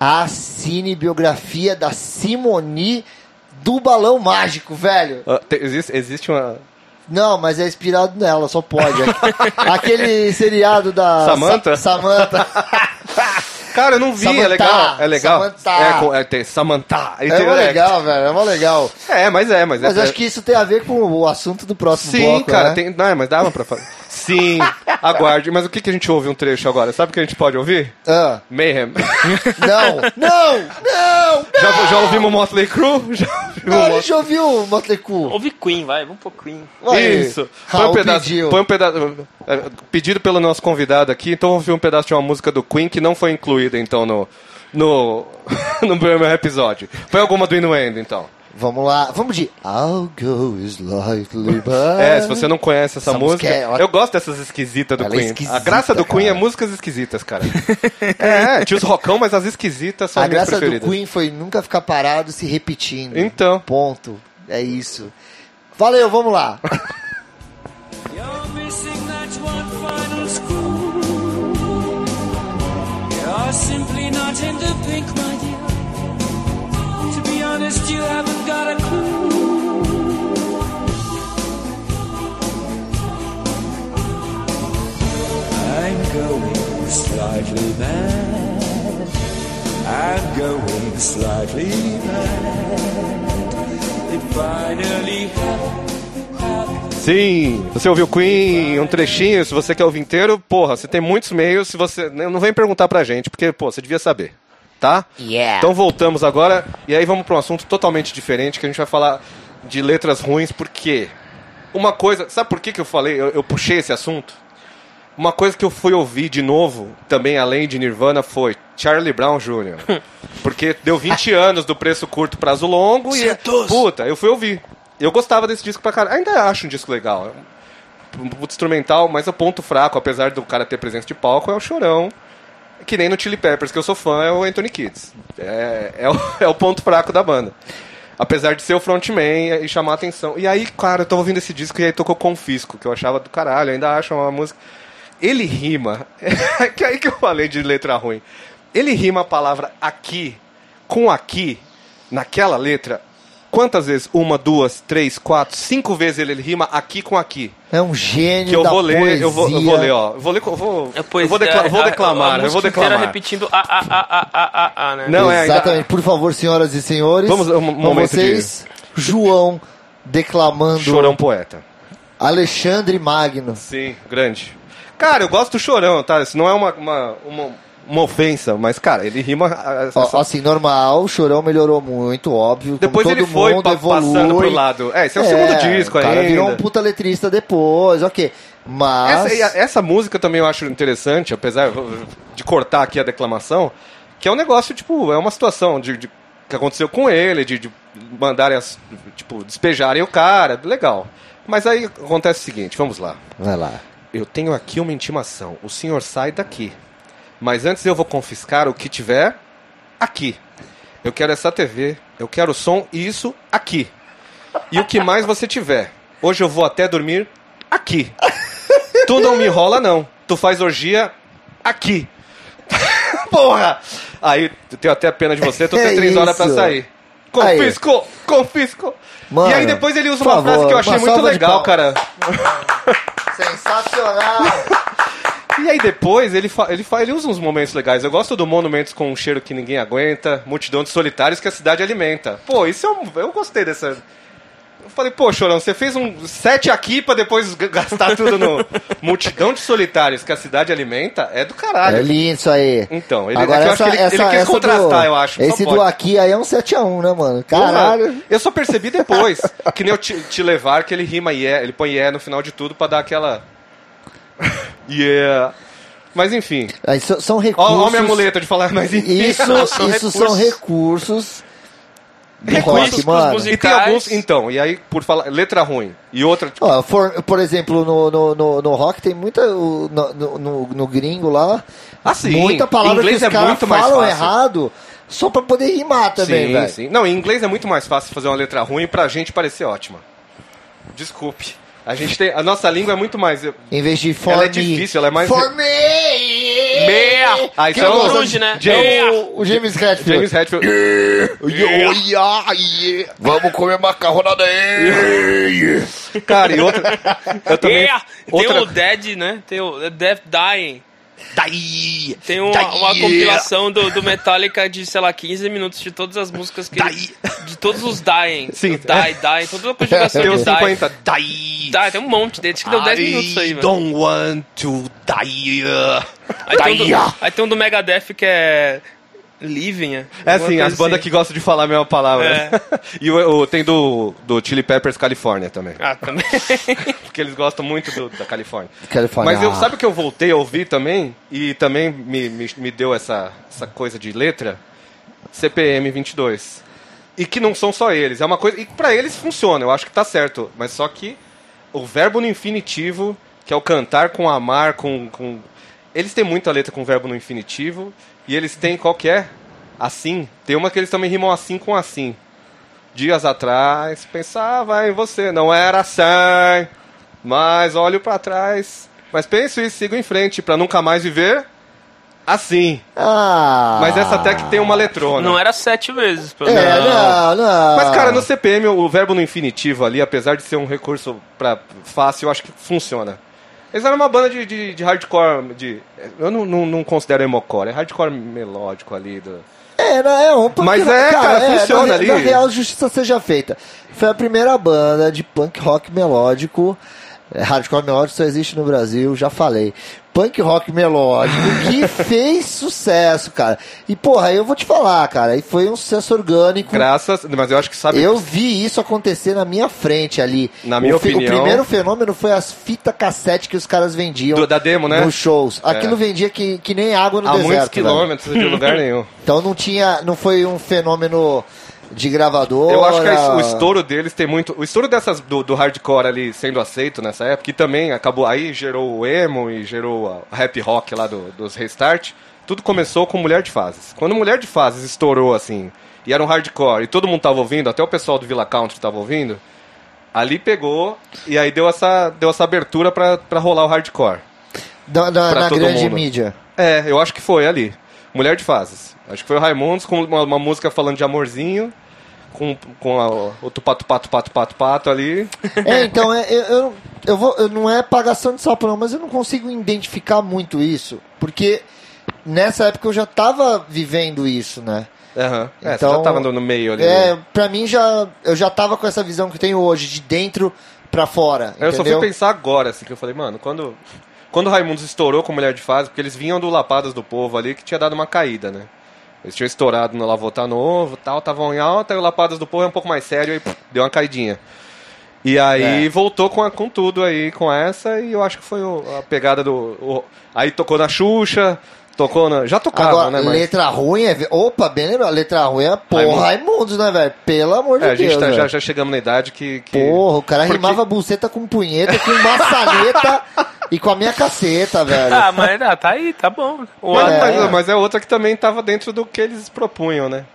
a cinebiografia da Simone do Balão Mágico, velho. Ah, te- existe, existe uma... Não, mas é inspirado nela, só pode. Aquele seriado da Samantha? Sa Samantha. Cara, eu não vi, Samantha, é legal. É legal. Samantha. É, com- é, tem Samantha. E É tem- mó legal, velho, é mó legal. É, mas é, mas, Mas é. acho que isso tem a ver com o assunto do próximo Sim, bloco, cara, né? tem. Não, é, mas dava pra fazer. Sim, aguarde. Mas o que, que a gente ouve um trecho agora? Sabe o que a gente pode ouvir? Ah, Mayhem. não, não, não, já, já ouvimos Motley Crue? Já ouvimos não, a Motley gente ouviu o Motley Crue. Ouve Queen, vai, vamos pro Queen. Olha, Ah, Isso. Põe um Raul pedaço. pediu. Põe um pedaço. é, Pedido pelo nosso convidado aqui, então eu ouvi um pedaço de uma música do Queen que não foi incluída, então, no. No. no primeiro episódio. Põe alguma do Inuendo, então. Vamos lá, vamos de I'll go slightly by. É, se você não conhece essa Essa música. música é ótima. eu gosto dessas esquisitas do Ela é Queen. a esquisita, graça do Queen é cara. músicas esquisitas, cara. é, tinha os rocão, mas as esquisitas são A as minhas graça do preferidas. Queen foi nunca ficar parado se repetindo. Então. Ponto. É isso. Valeu, vamos lá. You're missing that one final screw. You're simply not in the pink, my dear. To be honest, you haven't got a clue. I'm going slightly mad. I'm going slightly mad. It finally happened. Sim, você ouviu Queen, um trechinho, se você quer ouvir inteiro, porra, você tem muitos meios, se você. Não vem perguntar pra gente, porque, pô, você devia saber. Tá? Yeah. Então voltamos agora, e aí vamos pra um assunto totalmente diferente, que a gente vai falar de letras ruins, porque. Uma coisa. Sabe por que, que eu falei, eu, eu puxei esse assunto? Uma coisa que eu fui ouvir de novo, também além de Nirvana, foi Charlie Brown Jr. Porque deu 20 anos do preço curto, prazo longo e. Santos! Puta, eu fui ouvir. Eu gostava desse disco pra caralho. Ainda acho um disco legal. Um puto instrumental, mas o ponto fraco, apesar do cara ter presença de palco, é o chorão. Que nem no Chili Peppers, que eu sou fã, é o Anthony Kids. É, é o, é o ponto fraco da banda. Apesar de ser o frontman e chamar atenção. E aí, cara, eu tava ouvindo esse disco e aí tocou Confisco, que eu achava do caralho, ainda acho uma música. Ele rima. É que aí que eu falei de letra ruim. Ele rima a palavra aqui com aqui, naquela letra. Quantas vezes? Uma, duas, três, quatro, cinco vezes ele, ele rima aqui com aqui. É um gênio Que eu da vou ler, eu vou, eu vou poesia. ler, ó. Eu Vou ler, eu vou, É poesia, eu vou, decla- vou a- a- declamar, a eu vou música inteira é declamar. repetindo a, a, a, a, a, a, a, né? Não, é, ainda- Exatamente. Por favor, senhoras e senhores, Vamos, um com momento de- vocês, João declamando Chorão poeta. Alexandre Magno. Sim, grande. Cara, eu gosto do chorão, tá? Isso não é uma, uma, uma, uma ofensa, mas, cara, ele rima. ah, Ó, essa- assim, normal, o Chorão melhorou muito, óbvio. Depois como todo ele foi mundo, pa- evolui. passando pro lado. É, esse é o segundo disco o cara ainda. virou um puta letrista depois, ok. Mas... Essa, é- e a- essa música também eu acho interessante, apesar de cortar aqui a declamação, que é um negócio, tipo, é uma situação de, de- que aconteceu com ele, de, de mandarem, as, tipo, despejarem o cara, legal. Mas aí acontece o seguinte, vamos lá. Vai lá. Eu tenho aqui uma intimação, o senhor sai daqui. Mas antes eu vou confiscar o que tiver aqui. Eu quero essa TV, eu quero o som e isso aqui. E o que mais você tiver. Hoje eu vou até dormir aqui. tu não me enrola, não. Tu faz orgia aqui. Porra! Aí eu tenho até pena de você, tu tem É três horas pra isso. sair. Confisco! Confisco! Mano, e aí depois ele usa por uma favor, frase que eu uma achei muito salva de legal, palmas. cara. Sensacional! E aí depois ele, fa- ele, fa- ele usa uns momentos legais. Eu gosto do Monumentos com um cheiro que ninguém aguenta, multidão de solitários que a cidade alimenta. Pô, isso é um... eu gostei dessa. Eu falei, pô, Chorão, você fez um sete aqui pra depois g- gastar tudo no multidão de solitários que a cidade alimenta? É do caralho. É lindo isso aí. Então, ele- é que eu acho que ele- ele quis contrastar, eu acho, só Esse do pode. aqui aí é um 7x1, né, mano? Porra, Caralho. Eu só percebi depois, que nem eu te, te levar, que ele rima e yeah, ele põe yeah no final de tudo pra dar aquela. yeah. Mas enfim. Aí so- são recursos. Ó, ó minha muleta de falar, mas enfim. Isso, São isso são recursos do Recursos rock, pros mano. E musicais. tem alguns, então, e aí, por falar, letra ruim. E outra, tipo, Ó, for- por exemplo, no, no, no, no rock tem muita. o- No, no, no- no gringo lá. Ah, sim. Muita palavra Inglês que é os caras muito mais falam fácil. errado só pra poder rimar também, sim, velho. sim. Não, em inglês é muito mais fácil fazer uma letra ruim pra gente parecer ótima. Desculpe. A gente tem, a nossa língua é muito mais... Em vez de for Ela é me. difícil, ela é mais- For me! Meia! Ah, Que então é o- Grunge, né? James- É o, o James Hetfield. James Hetfield. é. Vamos comer macarronada aí! Cara, e outra... Eu também... Yeah. Tem outra- o Dead, né? Tem o Death Dying. Daí! Tem uma, Daí! é. uma compilação do, do Metallica de, sei lá, 15 minutos de todas as músicas que. De todos os Dying. Sim. O Die, Dying, toda a conjugação Tem de uns Die. 50. Daí! Tá, tem um monte deles que deu 10 minutos isso aí, I velho. don't want to die. Aí tem, um Die. do, aí tem um do Megadeth que é. Living, né? É Alguma assim, coisa as bandas que gostam de falar a mesma palavra. né? É. e o, o- tem do, do Chili Peppers Califórnia também. Ah, também. Porque eles gostam muito do- da Califórnia. Califórnia. Mas eu, sabe o que eu voltei a ouvir também? E também me, me, me deu essa, essa coisa de letra? CPM 22. E que não são só eles. É uma coisa. E pra eles funciona, eu acho que tá certo. Mas só que o verbo no infinitivo, que é o cantar com amar, com. com... Eles têm muita letra com verbo no infinitivo. E eles têm qual que é? Assim. Tem uma que eles também rimam assim com assim. Dias atrás, pensava em você, não era assim. Mas olho pra trás. Mas penso e sigo em frente pra nunca mais viver assim. Ah! Mas essa até que tem uma letrona. Não é- era sete vezes, pelo menos. É, não, não. Mas, cara, no CPM, o verbo no infinitivo ali, apesar de ser um recurso pra fácil, eu acho que funciona. Eles eram uma banda de, de, de hardcore. De, eu não, não, não considero emocore, é hardcore melódico ali. Do... É, não, é um punk Mas é, cara, funciona na, ali. Na real, justiça seja feita. Foi a primeira banda de punk rock melódico. é, Hardcore melódico só existe no Brasil, já falei. Punk rock melódico que fez sucesso, cara. E porra, eu vou te falar, cara. E foi um sucesso orgânico. Graças. Mas eu acho que sabe. Eu vi isso acontecer na minha frente ali. Na minha o fe- opinião- O primeiro fenômeno foi as fitas cassete que os caras vendiam do- da demo, né? nos shows. Aquilo vendia que, que nem água no Há deserto. muitos velho. quilômetros de lugar nenhum. Então não tinha, não foi um fenômeno de gravador. Eu acho que a- o estouro deles tem muito. O estouro dessas do, do hardcore ali sendo aceito nessa época, e também acabou. Aí gerou o emo e gerou a rap rock lá do- dos restart. Tudo começou com Mulher de Fases. Quando Mulher de Fases estourou assim, e era um hardcore, e todo mundo tava ouvindo, até o pessoal do Villa Country tava ouvindo, ali pegou e aí deu essa, deu essa abertura pra, pra rolar o hardcore. na, na- pra na todo grande mundo. mídia. É, eu acho que foi ali. Mulher de Fases. Acho que foi o Raimundos com uma, uma música falando de amorzinho, com, com a, o tupato, pato, pato, pato, pato ali. É, então é, eu, eu, eu vou, eu- não é pagação de sapo não, mas eu não consigo identificar muito isso, porque nessa época eu já tava vivendo isso, né? Aham. É, Então, você já tava no, no meio ali. É, né? para mim já, eu já tava com essa visão que eu tenho hoje de dentro pra fora, Aí eu só fui entendeu? pensar agora, assim, que eu falei, mano, quando, quando o Raimundos estourou com Mulher de Fases, porque eles vinham do Lapadas do Povo ali, que tinha dado uma caída, né? Eles tinham estourado no Lavota Novo tal, estavam em alta, e o Lapadas do Povo é um pouco mais sério, aí pff, deu uma caidinha. E É. aí voltou com, a- com tudo aí, com essa, e eu acho que foi o- a pegada do. o- aí tocou na Xuxa, tocou na. Já tocava, Agora, né? Mas, letra ruim é. ve- Opa, bem lembrado, letra ruim é Raimundo. porra Raimundos, né, velho? Pelo amor de é, a gente Deus. tá- já, velho. já chegamos na idade que. que- Porra, o cara Porque- rimava buceta com punheta, com maçaneta e com a minha caceta, velho. Ah, mas ah, tá aí, tá bom. O Mas, Adam- mas- mas é outra que também estava dentro do que eles propunham, né?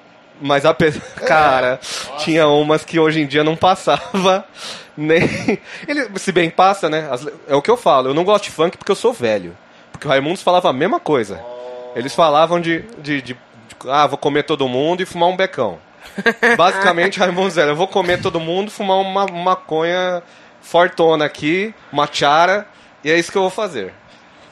Mas a pe... cara, tinha umas que hoje em dia não passava nem ele, se bem passa, né? As- É o que eu falo, eu não gosto de funk porque eu sou velho. Porque o Raimundos falava a mesma coisa. Eles falavam de, de, de- de- ah, vou comer todo mundo e fumar um becão. Basicamente, Raimundos era, eu vou comer todo mundo, fumar uma maconha fortona aqui, uma chara, e é isso que eu vou fazer.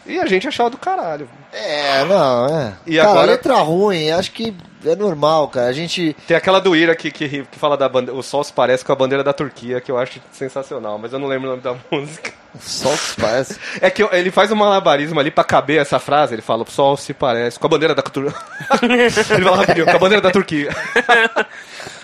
E a gente achava do caralho. É, não, é. E cara, agora- letra ruim, acho que é normal, cara. A gente. Tem aquela do Ira que, que, ri- que fala da bandeira. O sol se parece com a bandeira da Turquia, que eu acho sensacional, mas eu não lembro o nome da música. Só os pais. É que eu- ele faz um malabarismo ali pra caber essa frase. Ele fala: o sol se parece com a bandeira da Turquia. ele fala rapidinho: com a bandeira da Turquia.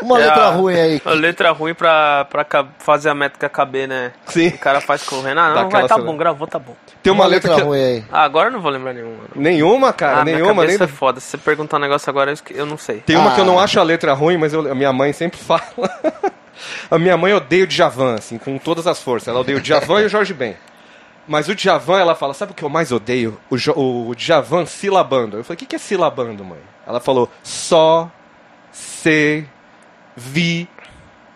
Uma É, letra a- ruim aí. A Letra ruim pra, pra ca- fazer a métrica caber, né? Sim. O cara faz correndo. Ah, Dá não, aquela vai, tá acelera- bom, gravou, tá bom. Tem uma, letra, que. eu- ruim aí. Ah, agora eu não vou lembrar nenhuma. Nenhuma, cara, ah, minha nenhuma. cabeça Nem... é foda. Se você perguntar um negócio agora, eu esque- eu não sei. Tem uma que eu não Ah. acho a letra ruim, mas eu- a minha mãe sempre fala. a minha mãe odeia o Djavan, assim, com todas as forças. Ela odeia o Djavan e o Jorge Ben. Mas o Djavan, ela fala, sabe o que eu mais odeio? O, Jo- o Djavan silabando. Eu falei, o que, que é silabando, mãe? Ela falou, só, se, vi,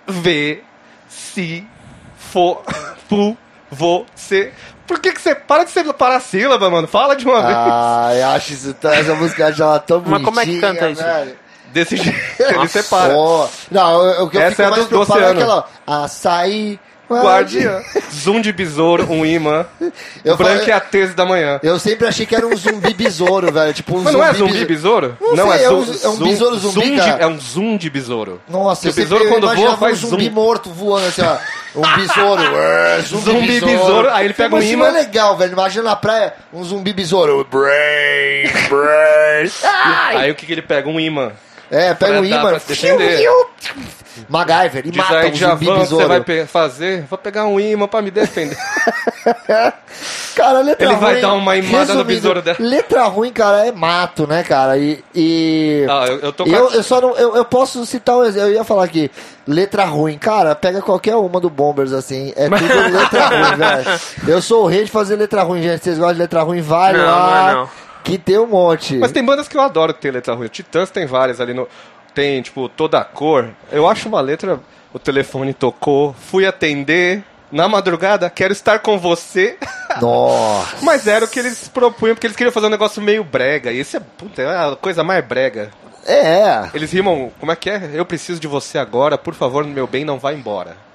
vê, se, for, pu, você. Por que, que você para de separar a sílaba, mano? Fala de uma vez. Ah, eu acho isso, tá- essa música já é tão bonitinha. Mas como é que canta isso? velho. Desse jeito, ele separa. Ó, Não, eu- eu- o que eu Essa fico é a mais do- do preocupado é oceano. aquela, ó, açaí, Guardiã. Zoom de besouro, um imã. Eu branco falei- é a tese da manhã. Eu sempre achei que era um zumbi besouro, velho, tipo um Mas zumbi não é zumbi besouro? Não sei, é um- é um besouro zumbi, zoom cara. de, É um zoom de besouro. Nossa, Que eu o besouro sempre eu quando voa, imaginava um faz zumbi zoom. morto voando assim, ó. Um besouro. ué, zumbi, Zumbi besouro. besouro, aí ele pega um Mas isso imã. não é legal, velho. Imagina na praia um zumbi besouro. Brain, Aí o que, que ele pega? Um imã. É, pega Pra um dar imã. pra se defender. MacGyver e Diz mata aí, um zumbi Javan, você besouro. vai pe- fazer? Vou pegar um imã pra me defender. Cara, letra Ele vai ruim, dar uma imada no resumindo, besouro dela. Letra ruim, cara, é mato, né, cara? E. e- ah, eu, eu tô com a- Eu, eu só não. Eu, eu posso citar um exemplo. Eu ia falar aqui. Letra ruim. Cara, pega qualquer uma do Bombers, assim. É tudo letra ruim, velho. Eu sou o rei de fazer letra ruim, gente. Vocês gostam de letra ruim? Vai Não, lá. não é não. Que tem um monte. Mas tem bandas que eu adoro que tem letra ruim. Titãs tem várias ali no. Tem, tipo, toda a cor. Eu acho uma letra. O telefone tocou, fui atender. Na madrugada, quero estar com você. Nossa. Mas era o que eles propunham, porque eles queriam fazer um negócio meio brega. E esse é, puta, é a coisa mais brega. É. Eles rimam, como é que é? Eu preciso de você agora, por favor, meu bem, não vá embora.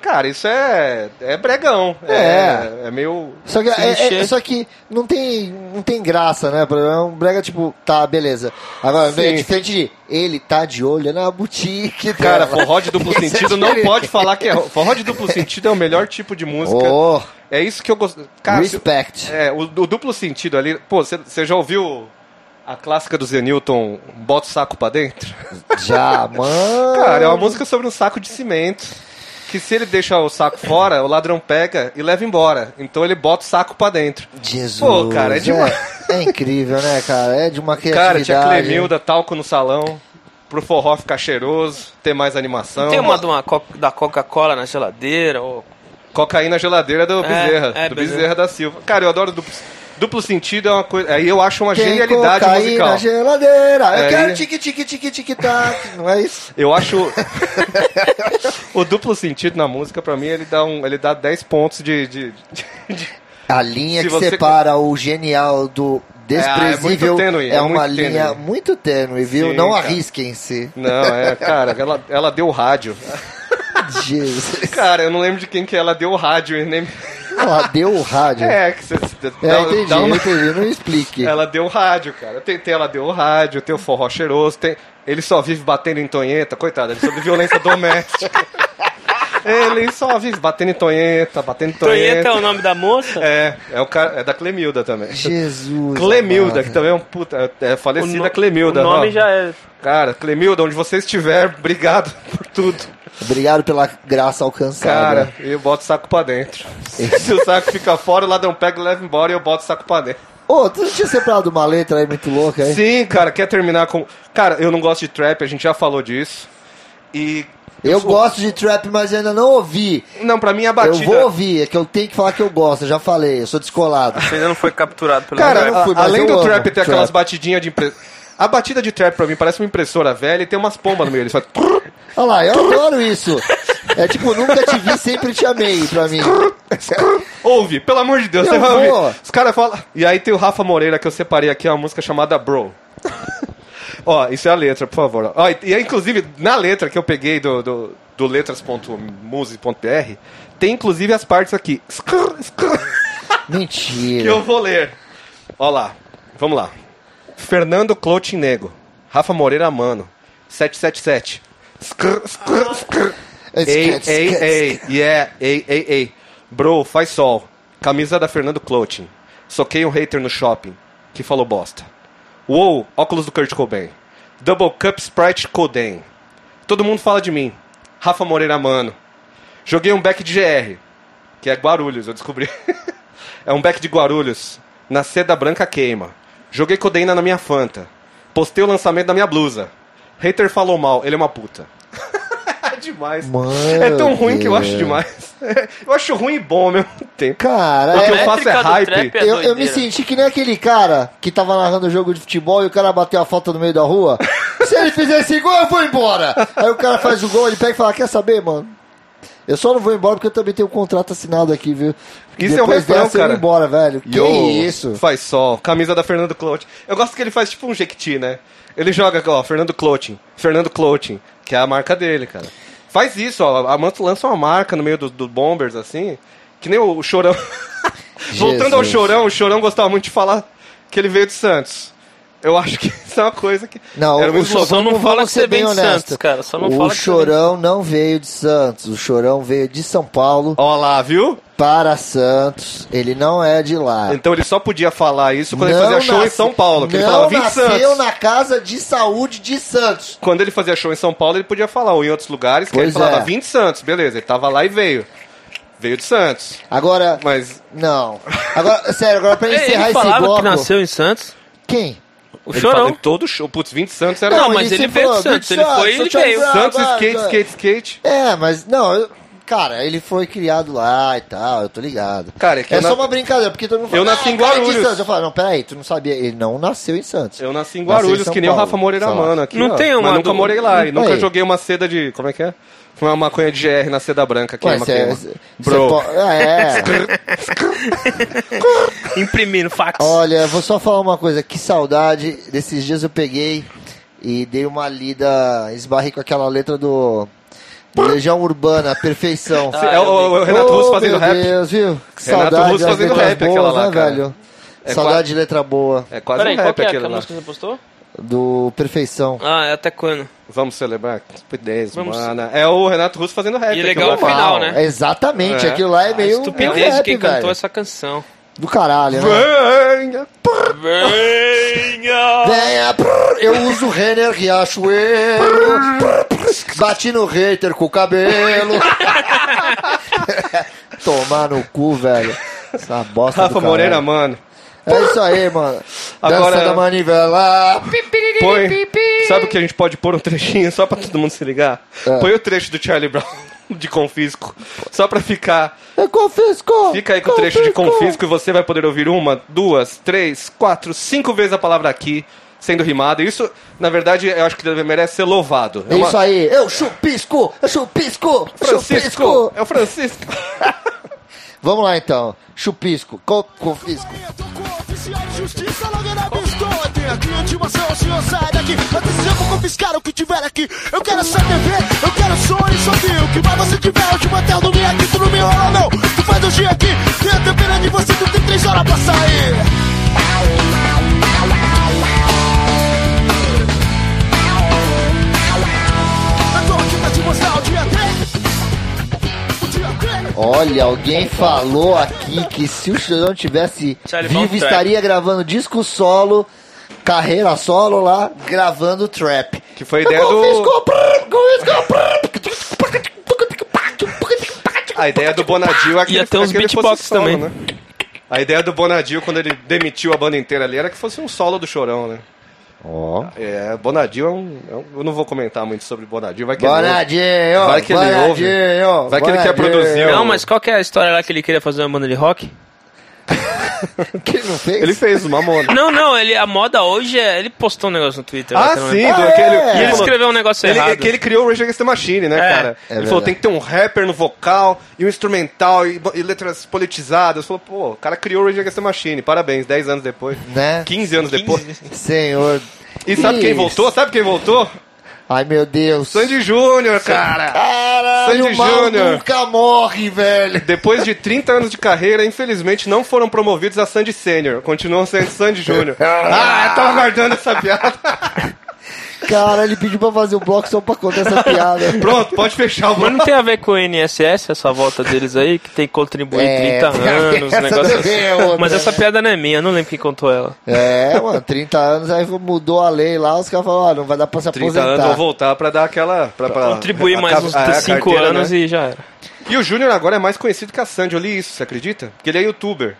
Cara, isso é. é bregão. É. É, meio. Só que, é- é- Clichê. só que não, tem, não tem graça, né? É um brega tipo, tá, beleza. Agora, Sim. é diferente de ele tá de olho na boutique. Cara, dela. forró de duplo Esse é sentido não diferente. pode falar que é. Forró de duplo sentido é o melhor tipo de música. Oh, É isso que eu gosto. Cara, se- respect. é, o, o duplo sentido ali. Pô, você já ouviu a clássica do Zenilton, Bota o saco pra dentro? Já, mano. Cara, é uma música sobre um saco de cimento. Que se ele deixa o saco fora, o ladrão pega e leva embora. Então ele bota o saco pra dentro. Jesus. Pô, cara, é demais. É, é incrível, né, cara? É de uma Cara, criatividade. tinha Clemilda, talco no salão. Pro forró ficar cheiroso, ter mais animação. Tem uma, de uma co- da Coca-Cola na geladeira, ou Cocaína geladeira do É, Bezerra. é, do Bezerra. Bezerra da Silva. Cara, eu adoro duplo, duplo sentido, é uma coisa. Aí eu acho uma Tem genialidade cocaína musical. na geladeira. Eu É, quero e- tique, tique, tique, tique, tac. Não é isso? Eu acho. o duplo sentido na música, pra mim, ele dá, um, ele dá 10 pontos de- de- de, de A linha Se que você- separa o genial do desprezível muito tênue, é é uma muito linha tênue. muito tênue, viu? Sim, Não cara. arrisquem-se. Não, é, cara, ela, ela deu rádio. É, Jesus. Cara, eu não lembro de quem que é, ela deu rádio. e Nem... Ela deu o rádio. É, É, que você. entendi, dá uma- entendi. Não explique. Ela deu rádio, cara. Tem, tem ela deu rádio, tem o forró cheiroso, tem. Ele só vive batendo em tonheta, coitado, ele é sobre violência doméstica. Ele só vive batendo em tonheta, batendo em Tonheta é tonheta. o nome da moça? É, é o cara, é da Clemilda também. Jesus. Clemilda, amado. que também é um puta, é falecida no- Clemilda. O nome ó. já é. Cara, Clemilda, onde você estiver, obrigado por tudo. Obrigado pela graça alcançada. Cara, eu boto o saco pra dentro. Se o saco fica fora, o ladrão pega e leva embora e eu boto o saco pra dentro. Ô, tu não tinha separado uma letra aí muito louca, hein? Sim, cara, quer terminar com. Cara, eu não gosto de trap, a gente já falou disso. E. Eu gosto de trap, mas ainda não ouvi. Não, pra mim a Eu batida. vou ouvir, é que eu tenho que falar que eu gosto, eu já falei, eu sou descolado. Você ainda não foi capturado pelo Cara, Eu não a- fui, mas além eu do amo trap ter aquelas trap. batidinhas de. impre- A batida de trap pra mim parece uma impressora velha e tem umas pombas no meio. Eles fazem. Olha lá, eu adoro isso. É tipo, nunca te vi, sempre te amei pra mim. Ouve, pelo amor de Deus, Eu você vai vou. ouvir. Os caras falam. E aí tem o Rafa Moreira que eu separei aqui, uma música chamada Bro. Ó, isso é a letra, por favor. Ó, e- e aí, inclusive, na letra que eu peguei do, do, do letras.muse.br, tem inclusive as partes aqui. Skrr, skrr. que Mentira. eu vou ler. Ó lá, vamos lá. Fernando Clotinego, Rafa Moreira Mano, 777. Skrr, skrr, skrr. Ei, Esquece, ei, esquece. ei, yeah, ei, ei, ei. Bro, faz sol. Camisa da Fernando Clotin. Soquei um hater no shopping, que falou bosta. Uou, óculos do Kurt Cobain. Double Cup Sprite Coden. Todo mundo fala de mim. Rafa Moreira Mano. Joguei um back de GR, que é Guarulhos, eu descobri. é um back de Guarulhos, na seda branca queima. Joguei codeína na minha Fanta. Postei o lançamento da minha blusa. Hater falou mal, ele é uma puta. é demais. Mano é tão ruim que eu acho Deus. demais. eu acho ruim e bom ao mesmo tempo. Cara, O que é- eu faço é métrica do hype. trap é Eu, eu me doideira. senti que nem aquele cara que tava narrando o jogo de futebol e o cara bateu a falta no meio da rua. Se ele fizesse gol, eu vou embora. Aí o cara faz o gol, ele pega e fala: Quer saber, mano? Eu só não vou embora porque eu também tenho um contrato assinado aqui, viu? Isso é um refrão, eu cara. vou embora, velho. Yo, Que isso? Faz sol. Camisa da Fernando Clotin. Eu gosto que ele faz tipo um Jequiti, né? Ele joga, ó, Fernando Clotin. Fernando Clotin, que é a marca dele, cara. Faz isso, ó. A Manto lança uma marca no meio do, do Bombers, assim. Que nem o, o Chorão. Voltando ao Jesus. Chorão, o Chorão gostava muito de falar que ele veio de Santos. Eu acho que isso é uma coisa que. Não, era um o eslogan. Só não vamos fala que ser você vem é bem de honesto. Santos, cara. Só não o fala que você vem de Chorão não veio de Santos. O Chorão veio de São Paulo Ó lá, viu? para Santos. Ele não é de lá. Então ele só podia falar isso quando ele Não fazia show em nasce- São Paulo. Que ele não falava, vim de nasceu Santos. na casa de saúde de Santos. Quando ele fazia show em São Paulo, ele podia falar, ou em outros lugares, que ele Pois falava é. 20 Santos, beleza, ele tava lá e veio. Veio de Santos. Agora, Mas não. Agora, sério, agora pra Ele, encerrar ele esse falava bloco. que nasceu em Santos. Quem? O ele Chorão. fala em todo show. Putz, 20 Santos era. um- Não, mas ele sempre veio falou, de Santos, "Vem ele foi e sou ele Charles veio." Brown, Santos, vai, skate, vai. skate, skate. É, mas não, eu- cara, ele foi criado lá e tal, eu tô ligado. Cara, é que é eu só na- uma brincadeira, porque todo mundo fala, Eu nasci "Ah, em cara, é de Guarulhos." Santos. Eu falo, não, peraí, tu não sabia, ele não nasceu em Santos. Eu nasci em Nasci em Guarulhos, São que nem o Paulo, Rafa Moreira sei lá. mano aqui. Não ó. tem mas uma nunca do- morei lá. E Não nunca tem. joguei uma seda de. Como é que é? Foi uma maconha de GR na seda branca aqui. Ué, uma cê- é queima. cê- Bro. cê po- Ah, é. Imprimindo fax. Olha, vou só falar uma coisa, que saudade. Desses dias eu peguei e dei uma lida, esbarrei com aquela letra do, do Legião Urbana, Perfeição. Cê- é o, o Renato Ô, Russo fazendo meu rap. Deus, viu? Que Renato saudade Russo das fazendo letras rap, aquela boas, lá, né, cara? velho? É saudade quase- de letra boa, É quase Peraí, um qual rap que é aquele a lá. música que você postou? do Perfeição. Ah, é até quando? Vamos celebrar? Que Ideias, Vamos. mana. É o Renato Russo fazendo rap. E aqui, legal lá. o final, né? Exatamente, É. aquilo lá é A meio é um estupidez de rap, quem velho. cantou essa canção. Do caralho, né? Venha, Venha! Venha, prrr, eu uso Renner Riachuelo, prrr, bati no hater com o cabelo. Tomar no cu, velho. Essa bosta do Rafa caralho. Moreira, mano. É isso aí, mano. Agora- Dança da manivela. Põe. Sabe o que a gente pode pôr um trechinho só pra todo mundo se ligar? É. Põe o trecho do Charlie Brown de Confisco. Só pra ficar. Eu confisco. Fica aí com o trecho de Confisco e você vai poder ouvir uma, duas, três, quatro, cinco vezes a palavra aqui sendo rimada. Isso, na verdade, eu acho que merece ser louvado. É É uma- isso aí. Eu chupisco, eu chupisco, Francisco! chupisco. É o Francisco! Vamos lá, então. Chupisco, co- confisco. Tô com oficiais de justiça, logo na pistola. Tem aqui intimação, é o senhor sai daqui. Antes eu vou confiscar o que tiver aqui. Eu quero essa TV, eu quero sonho, só que o que mais você tiver, eu te manter no meio aqui. Tu não me rola, não. Tu faz o dia aqui, tem a tempera de você, tu tem três horas pra sair. Eu tô aqui pra te mostrar é o dia dele. O dia dele. Olha, alguém falou aqui que se o Chorão tivesse Charlie Brown vivo, Trap. estaria gravando disco solo, carreira solo lá, gravando trap. Que foi a ideia do. Confisco, prrr, confisco, A ideia do Bonadio é que, Ia ter é uns que ele beatbox fosse solo, também. né? A ideia do Bonadio, quando ele demitiu a banda inteira ali, era que fosse um solo do chorão, né? Ó. É, Bonadio é um, é um- Eu não vou comentar muito sobre Bonadio, vai que é ele ouve. Bonadinho, Vai que ele ouve. Bonadinho, Vai que ele quer Bonadinho. produzir. Não, mas qual que é a história lá que ele queria fazer uma banda de rock? que ele não fez? Ele fez os Mamonas. Não, não, ele, a moda hoje é. Ele postou um negócio no Twitter. Ah, né, sim, também. do, Ah, aquele, é. E ele ele falou- escreveu um negócio Ele, errado. é que ele criou o Rage Against the Machine, né, É. cara? É ele falou, verdade. tem que ter um rapper no vocal, e um instrumental, e, e letras politizadas. Falou, pô, o cara criou o Rage Against the Machine, parabéns, 10 anos depois. Né? 15 anos depois. Senhor. E sabe quem Isso. voltou? Sabe quem voltou? Ai, meu Deus. Sandy Júnior, cara! Caralho, Sandy o mal Júnior. nunca morre, velho. Depois de 30 anos de carreira, infelizmente não foram promovidos a Sandy Sênior. Continuam sendo Sandy Júnior. Ah, eu tava aguardando essa piada. Cara, ele pediu pra fazer o bloco só pra contar essa piada. Pronto, pode fechar o Mas não tem a ver com o INSS, essa volta deles aí, que tem que contribuir É, 30 essa anos, também negócio assim. é outra, Mas né? essa piada não é minha, eu não lembro quem contou ela. É, mano, 30 anos, aí mudou a lei lá, os caras falaram, ó, não vai dar pra se 30 anos, aposentar. vou voltar pra dar aquela... Pra, pra- Contribuir Ah, a- mais a- uns a- a 5 carteira, anos né? e já era. E o Júnior agora é mais conhecido que a Sandy, eu li isso, você acredita? Porque ele é youtuber.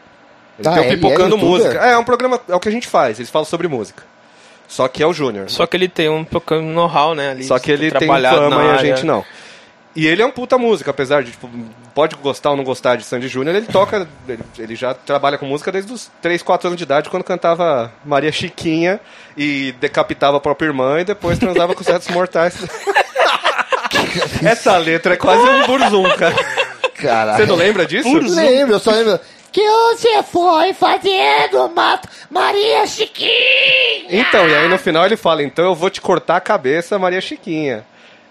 Ele tem Ah, o ele é Pipocando youtuber? Música. É, é um programa, é o que a gente faz, eles falam sobre música. Só que é o Júnior. Só que ele tem um pouco know-how, né? Ali, Só que ele tem atrapalhado fama na e a área. gente não. E ele é um puta música, apesar de, tipo, pode gostar ou não gostar de Sandy Júnior, ele toca, ele, ele já trabalha com música desde os 3, 4 anos de idade, quando cantava Maria Chiquinha e decapitava a própria irmã e depois transava com os restos mortais. Essa letra é quase um burzum, cara. Você Caralho. não lembra disso? Lembro, eu só lembro. Que você foi fazendo, mato Maria Chiquinha! Então, e aí no final ele fala, então eu vou te cortar a cabeça, Maria Chiquinha.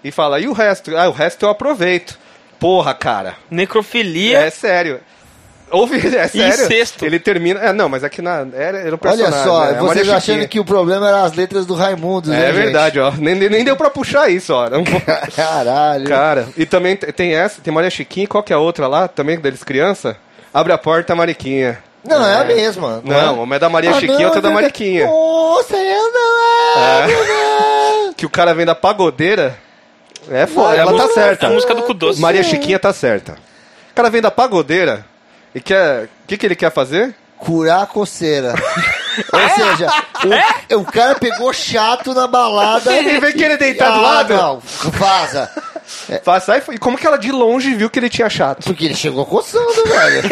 E fala, e o resto? Ah, o resto eu aproveito. Porra, cara. Necrofilia. É sério. Ouve, é sério. Incesto. Ele termina. É, não, mas aqui na. Era, era um Olha personagem. só, né? A vocês Maria achando Chiquinha. que o problema eram as letras do Raimundo, né? É gente? verdade, ó. Nem, nem nem deu pra puxar isso, ó. Não- Caralho. Cara, e também t- tem essa, tem Maria Chiquinha e qual que é a outra lá, também deles criança? Abre a porta, Mariquinha. Não, é a mesma. Não, é? uma é da Maria Ah, Chiquinha e não, outra é da verdade. Mariquinha. É. Nossa, eu não amo, né? Que o cara vem da pagodeira. É foda, Vai, ela tá vai, certa. A música do Kudoso. Maria Chiquinha tá certa. O cara vem da pagodeira e quer. O que, que ele quer fazer? Curar a coceira. Ou seja, o, o cara pegou chato na balada. É? Ele vem querer deitar do lado. Ah, Não, vaza. Fala, sai, e como que ela de longe viu que ele tinha chato? Porque ele chegou coçando, velho.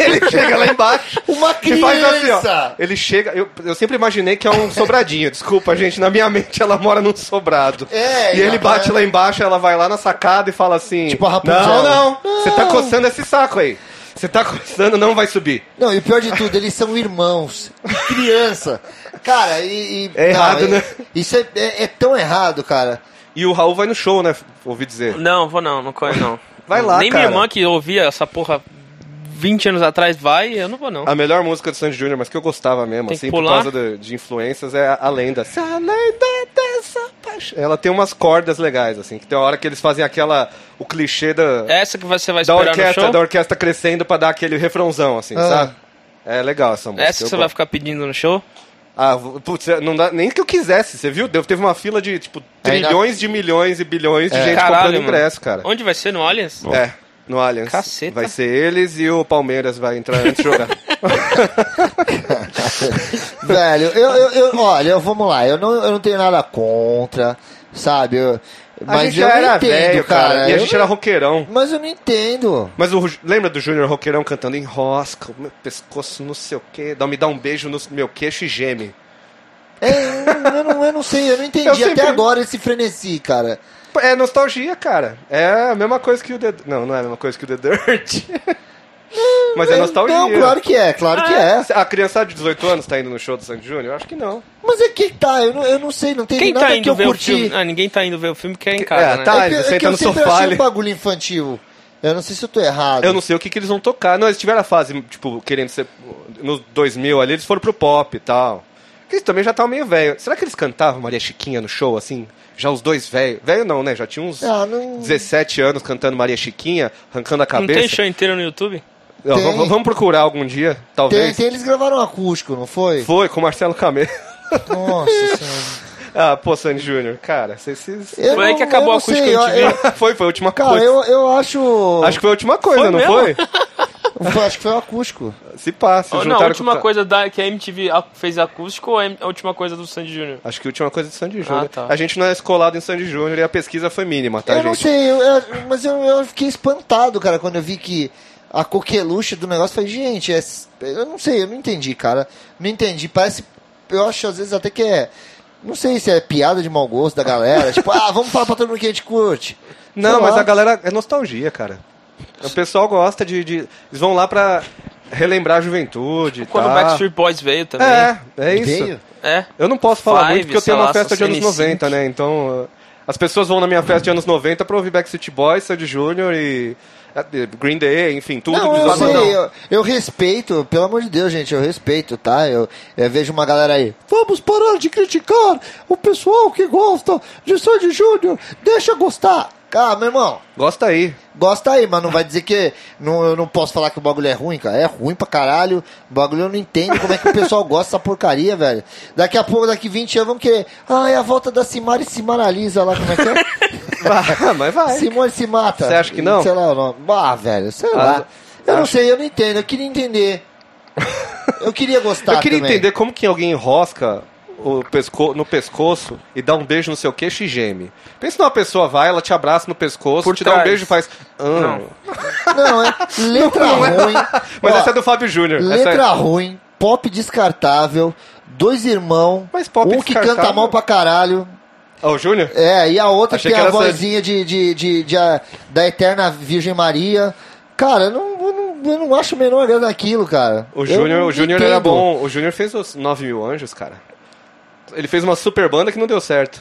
Ele chega lá embaixo. Uma E faz assim, ó. criança. Ele chega. Eu, eu sempre imaginei que é um sobradinho. Desculpa, gente. Na minha mente ela mora num sobrado. É, E ele é, bate é. lá embaixo, ela vai lá na sacada e fala assim. Tipo a Rapunzel. não, não, Você tá Não. coçando esse saco aí. Você tá coçando, não vai subir. Não, e o pior de tudo, eles são irmãos. E Criança. Cara, e. e- É errado, não, né? Isso é, é- é tão errado, cara. E o Raul vai no show, né? Ouvi dizer. Não, vou não, não corre não. Vai lá, Nem cara. minha irmã que ouvia essa porra 20 anos atrás vai, eu não vou não. A melhor música do Sandy Júnior, mas que eu gostava mesmo, Tem que assim, por pular. causa de, de influências, é a, a lenda. Se a lenda é dessa paixão. Ela tem umas cordas legais, assim, que tem uma hora que eles fazem aquela. o clichê da, Essa que você vai da É, esperar no orquestra, show? da orquestra crescendo pra dar aquele refrãozão, assim, Ah. sabe? É legal essa música. Essa que eu você vai gosto. ficar pedindo no show? Ah, v- putz, não dá, nem que eu quisesse, você viu? Deu, teve uma fila de, tipo, Ainda- trilhões de milhões e bilhões de É. gente Caralho, comprando mano. ingresso, cara. Onde vai ser? No Allianz? É, no Allianz. Caceta. Vai ser eles e o Palmeiras vai entrar antes de jogar. Velho, eu, eu, eu- Olha, eu- vamos lá. Eu não, eu não tenho nada contra, sabe? Eu- A mas gente eu já não era entendo, velho, cara. cara. E a Eu gente não- era roqueirão. Mas eu não entendo. Mas o, lembra do Júnior Roqueirão cantando em rosca, meu pescoço não sei o quê, dá, me dá um beijo no meu queixo e geme. É, eu, eu não, eu não sei, eu não entendi Eu até sempre- agora esse frenesi, cara. É nostalgia, cara. É a mesma coisa que o The... Não, não é a mesma coisa que o The Dirt. Mas é nostalgia. Não, Então, claro que é, claro que é. A criançada de 18 anos tá indo no show do Sandy Júnior? Eu acho que não. Mas é que tá, eu não, eu não sei, não tem Quem nada tá que indo eu ver curti. o filme? Ah, ninguém tá indo ver o filme que é em casa, É, né? tá. é ele que, é senta que eu no sempre sofá, achei ele- um bagulho infantil. Eu não sei se eu tô errado. Eu não sei o que, que eles vão tocar. Não, eles tiveram a fase, tipo, querendo ser. Nos 2000 ali, eles foram pro pop e tal. Porque eles também já estavam meio velho. Será que eles cantavam Maria Chiquinha no show, assim? Já os dois velhos. Velho não, né? Já tinha uns Ah, não- 17 anos cantando Maria Chiquinha, arrancando a Não tem cabeça. show inteiro no YouTube? Não, Tem. vamos, vamos procurar algum dia, Tem, talvez. tem, eles gravaram um acústico, não foi? Foi com o Marcelo Camelo. Nossa senhora. ah, pô, Sandy Júnior, cara, vocês. vocês- Eu Foi aí não- que acabou eu a não sei, acústica eu- MTV. eu- foi, foi a última Cara, coisa. eu, eu acho. Acho que foi a última coisa, Foi não mesmo? foi? Acho que foi um acústico. Se passa, Oh, juntaram não, a com- última coisa da, que a MTV a- fez acústico ou é a última coisa do Sandy Júnior? Acho que a última coisa é de Sandy Júnior. Ah, tá. A gente não é escolado em Sandy Júnior e a pesquisa foi mínima, tá, eu gente? não sei, eu- eu- mas eu, eu fiquei espantado, cara, quando eu vi que a coqueluche do negócio. Falei, gente, é- eu não sei, eu não entendi, cara. Não entendi. Parece. Eu acho às vezes até que é. Não sei se é piada de mau gosto da galera. tipo, ah, vamos falar pra todo mundo que a gente curte. Não, Sei mas lá. a galera. É nostalgia, cara. O pessoal gosta de. de- eles vão lá pra relembrar a juventude. e Quando o tal. Backstreet Boys veio também. Ah. É, é isso. Veio. É. Eu não posso falar Five, muito porque eu sei tenho uma lá, festa de anos CN5. 90, né? Então. eh, As pessoas vão na minha festa de anos 90 pra ouvir Backstreet Boys, Sandy Júnior e. eh, Green Day, enfim, tudo Não, eu dos sei, Não. eu, eu respeito, pelo amor de Deus, gente, eu respeito, tá? Eu, eu vejo uma galera aí, vamos parar de criticar o pessoal que gosta de Sandy Júnior, deixa gostar. Cara, meu irmão, Gosta aí. gosta aí, mas não vai dizer que não, eu não posso falar que o bagulho é ruim, cara. É ruim pra caralho. O bagulho eu não entendo como é que o pessoal gosta dessa porcaria, velho. Daqui a pouco, daqui 20 anos, vamos querer. Ah, é a volta da Simara e Simara Lisa lá, como é que é? Vai, mas vai. Simone se mata. Você acha que não? Sei lá o nome. Ah, velho, sei lá. Eu não sei, eu não entendo. Eu queria entender. Eu queria gostar eu queria tá também. entender como que alguém enrosca o pesco no pescoço e dá um beijo no seu queixo e geme. Pensa numa pessoa vai, ela te abraça no pescoço, Por te dá um trás. beijo e faz. "Ah". Não. Não, é letra ruim. Mas Ó, essa é do Fábio Júnior. essa Letra é- ruim, pop descartável, dois irmãos, Mas pop um que descartável- canta mal pra caralho. Ah, o Júnior? É, e a outra Achei tem que a era Sandy. vozinha de, de, de, de a- da Eterna Virgem Maria. Cara, eu não, eu não, eu não acho o menor graça daquilo, cara. O Eu Júnior, não o Júnior era entendo. bom. O Júnior fez os 9 mil anjos, cara. Ele fez uma super banda que não deu certo.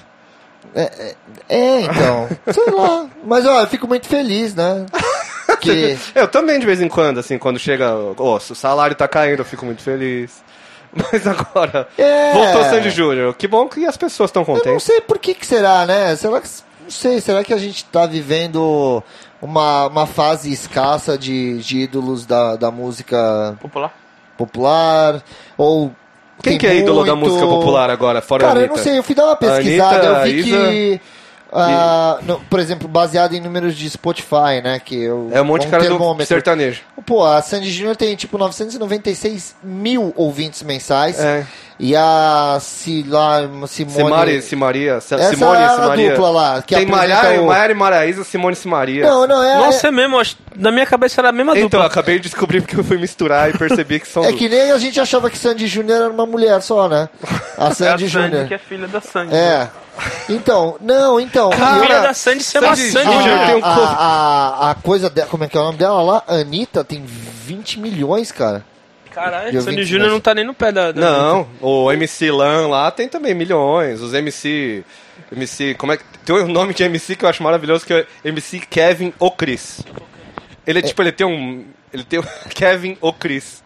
É, então. Sei lá. Mas, ó, eu fico muito feliz, né? Que... Eu também, de vez em quando, assim, quando chega. Ó, se o salário tá caindo, eu fico muito feliz. Mas agora. É. Voltou o Sandy Júnior. Que bom que as pessoas estão Eu não contentes. sei por que que será, né? Será que... Não sei, será que a gente tá vivendo uma, uma fase escassa de, de ídolos da, da música Popular. popular? Ou... Quem tem que é ídolo da muito- música popular agora, fora a Cara, eu Anitta? não sei, eu fui dar uma pesquisada, Anitta, eu vi Isa que... ah, no- por exemplo, baseado em números de Spotify, né? Que eu, É um monte de cara do termômetro. sertanejo. Pô, a Sandy Júnior tem tipo 996 mil ouvintes mensais. É. E a Sila, Simone. Simari, Simaria, Sa- Essa Simone, é a Simaria. dupla lá, que Tem apresenta Maiara, o- Maiara e Maraísa, Simone e Simaria. Não, não, é. Nossa, é mesmo. acho- Na minha cabeça era a mesma então, eu dupla. acabei de descobrir porque eu fui misturar e percebi que são é, é duplas. que nem a gente achava que Sandy Júnior era uma mulher só, né? A É a Sandy Júnior. que é filha da Sandy. É. Então, não, então. A filha Cara, da Sandy se chama Sandy Sandy, a, Júnior. Júnior. tem um a- co- a- a coisa dela, como é que é o nome dela lá? Anitta tem 20 milhões, cara. Caralho, Eu o vi Sandy que Júnior nós- não tá nem no pé da. da- Não, o MC Lan lá tem também milhões. Os MC. MC. Como é que. Tem um nome de MC que eu acho maravilhoso que é MC Kevin ou Chris. Ele é tipo, ele tem um. Ele tem um Kevin ou Chris.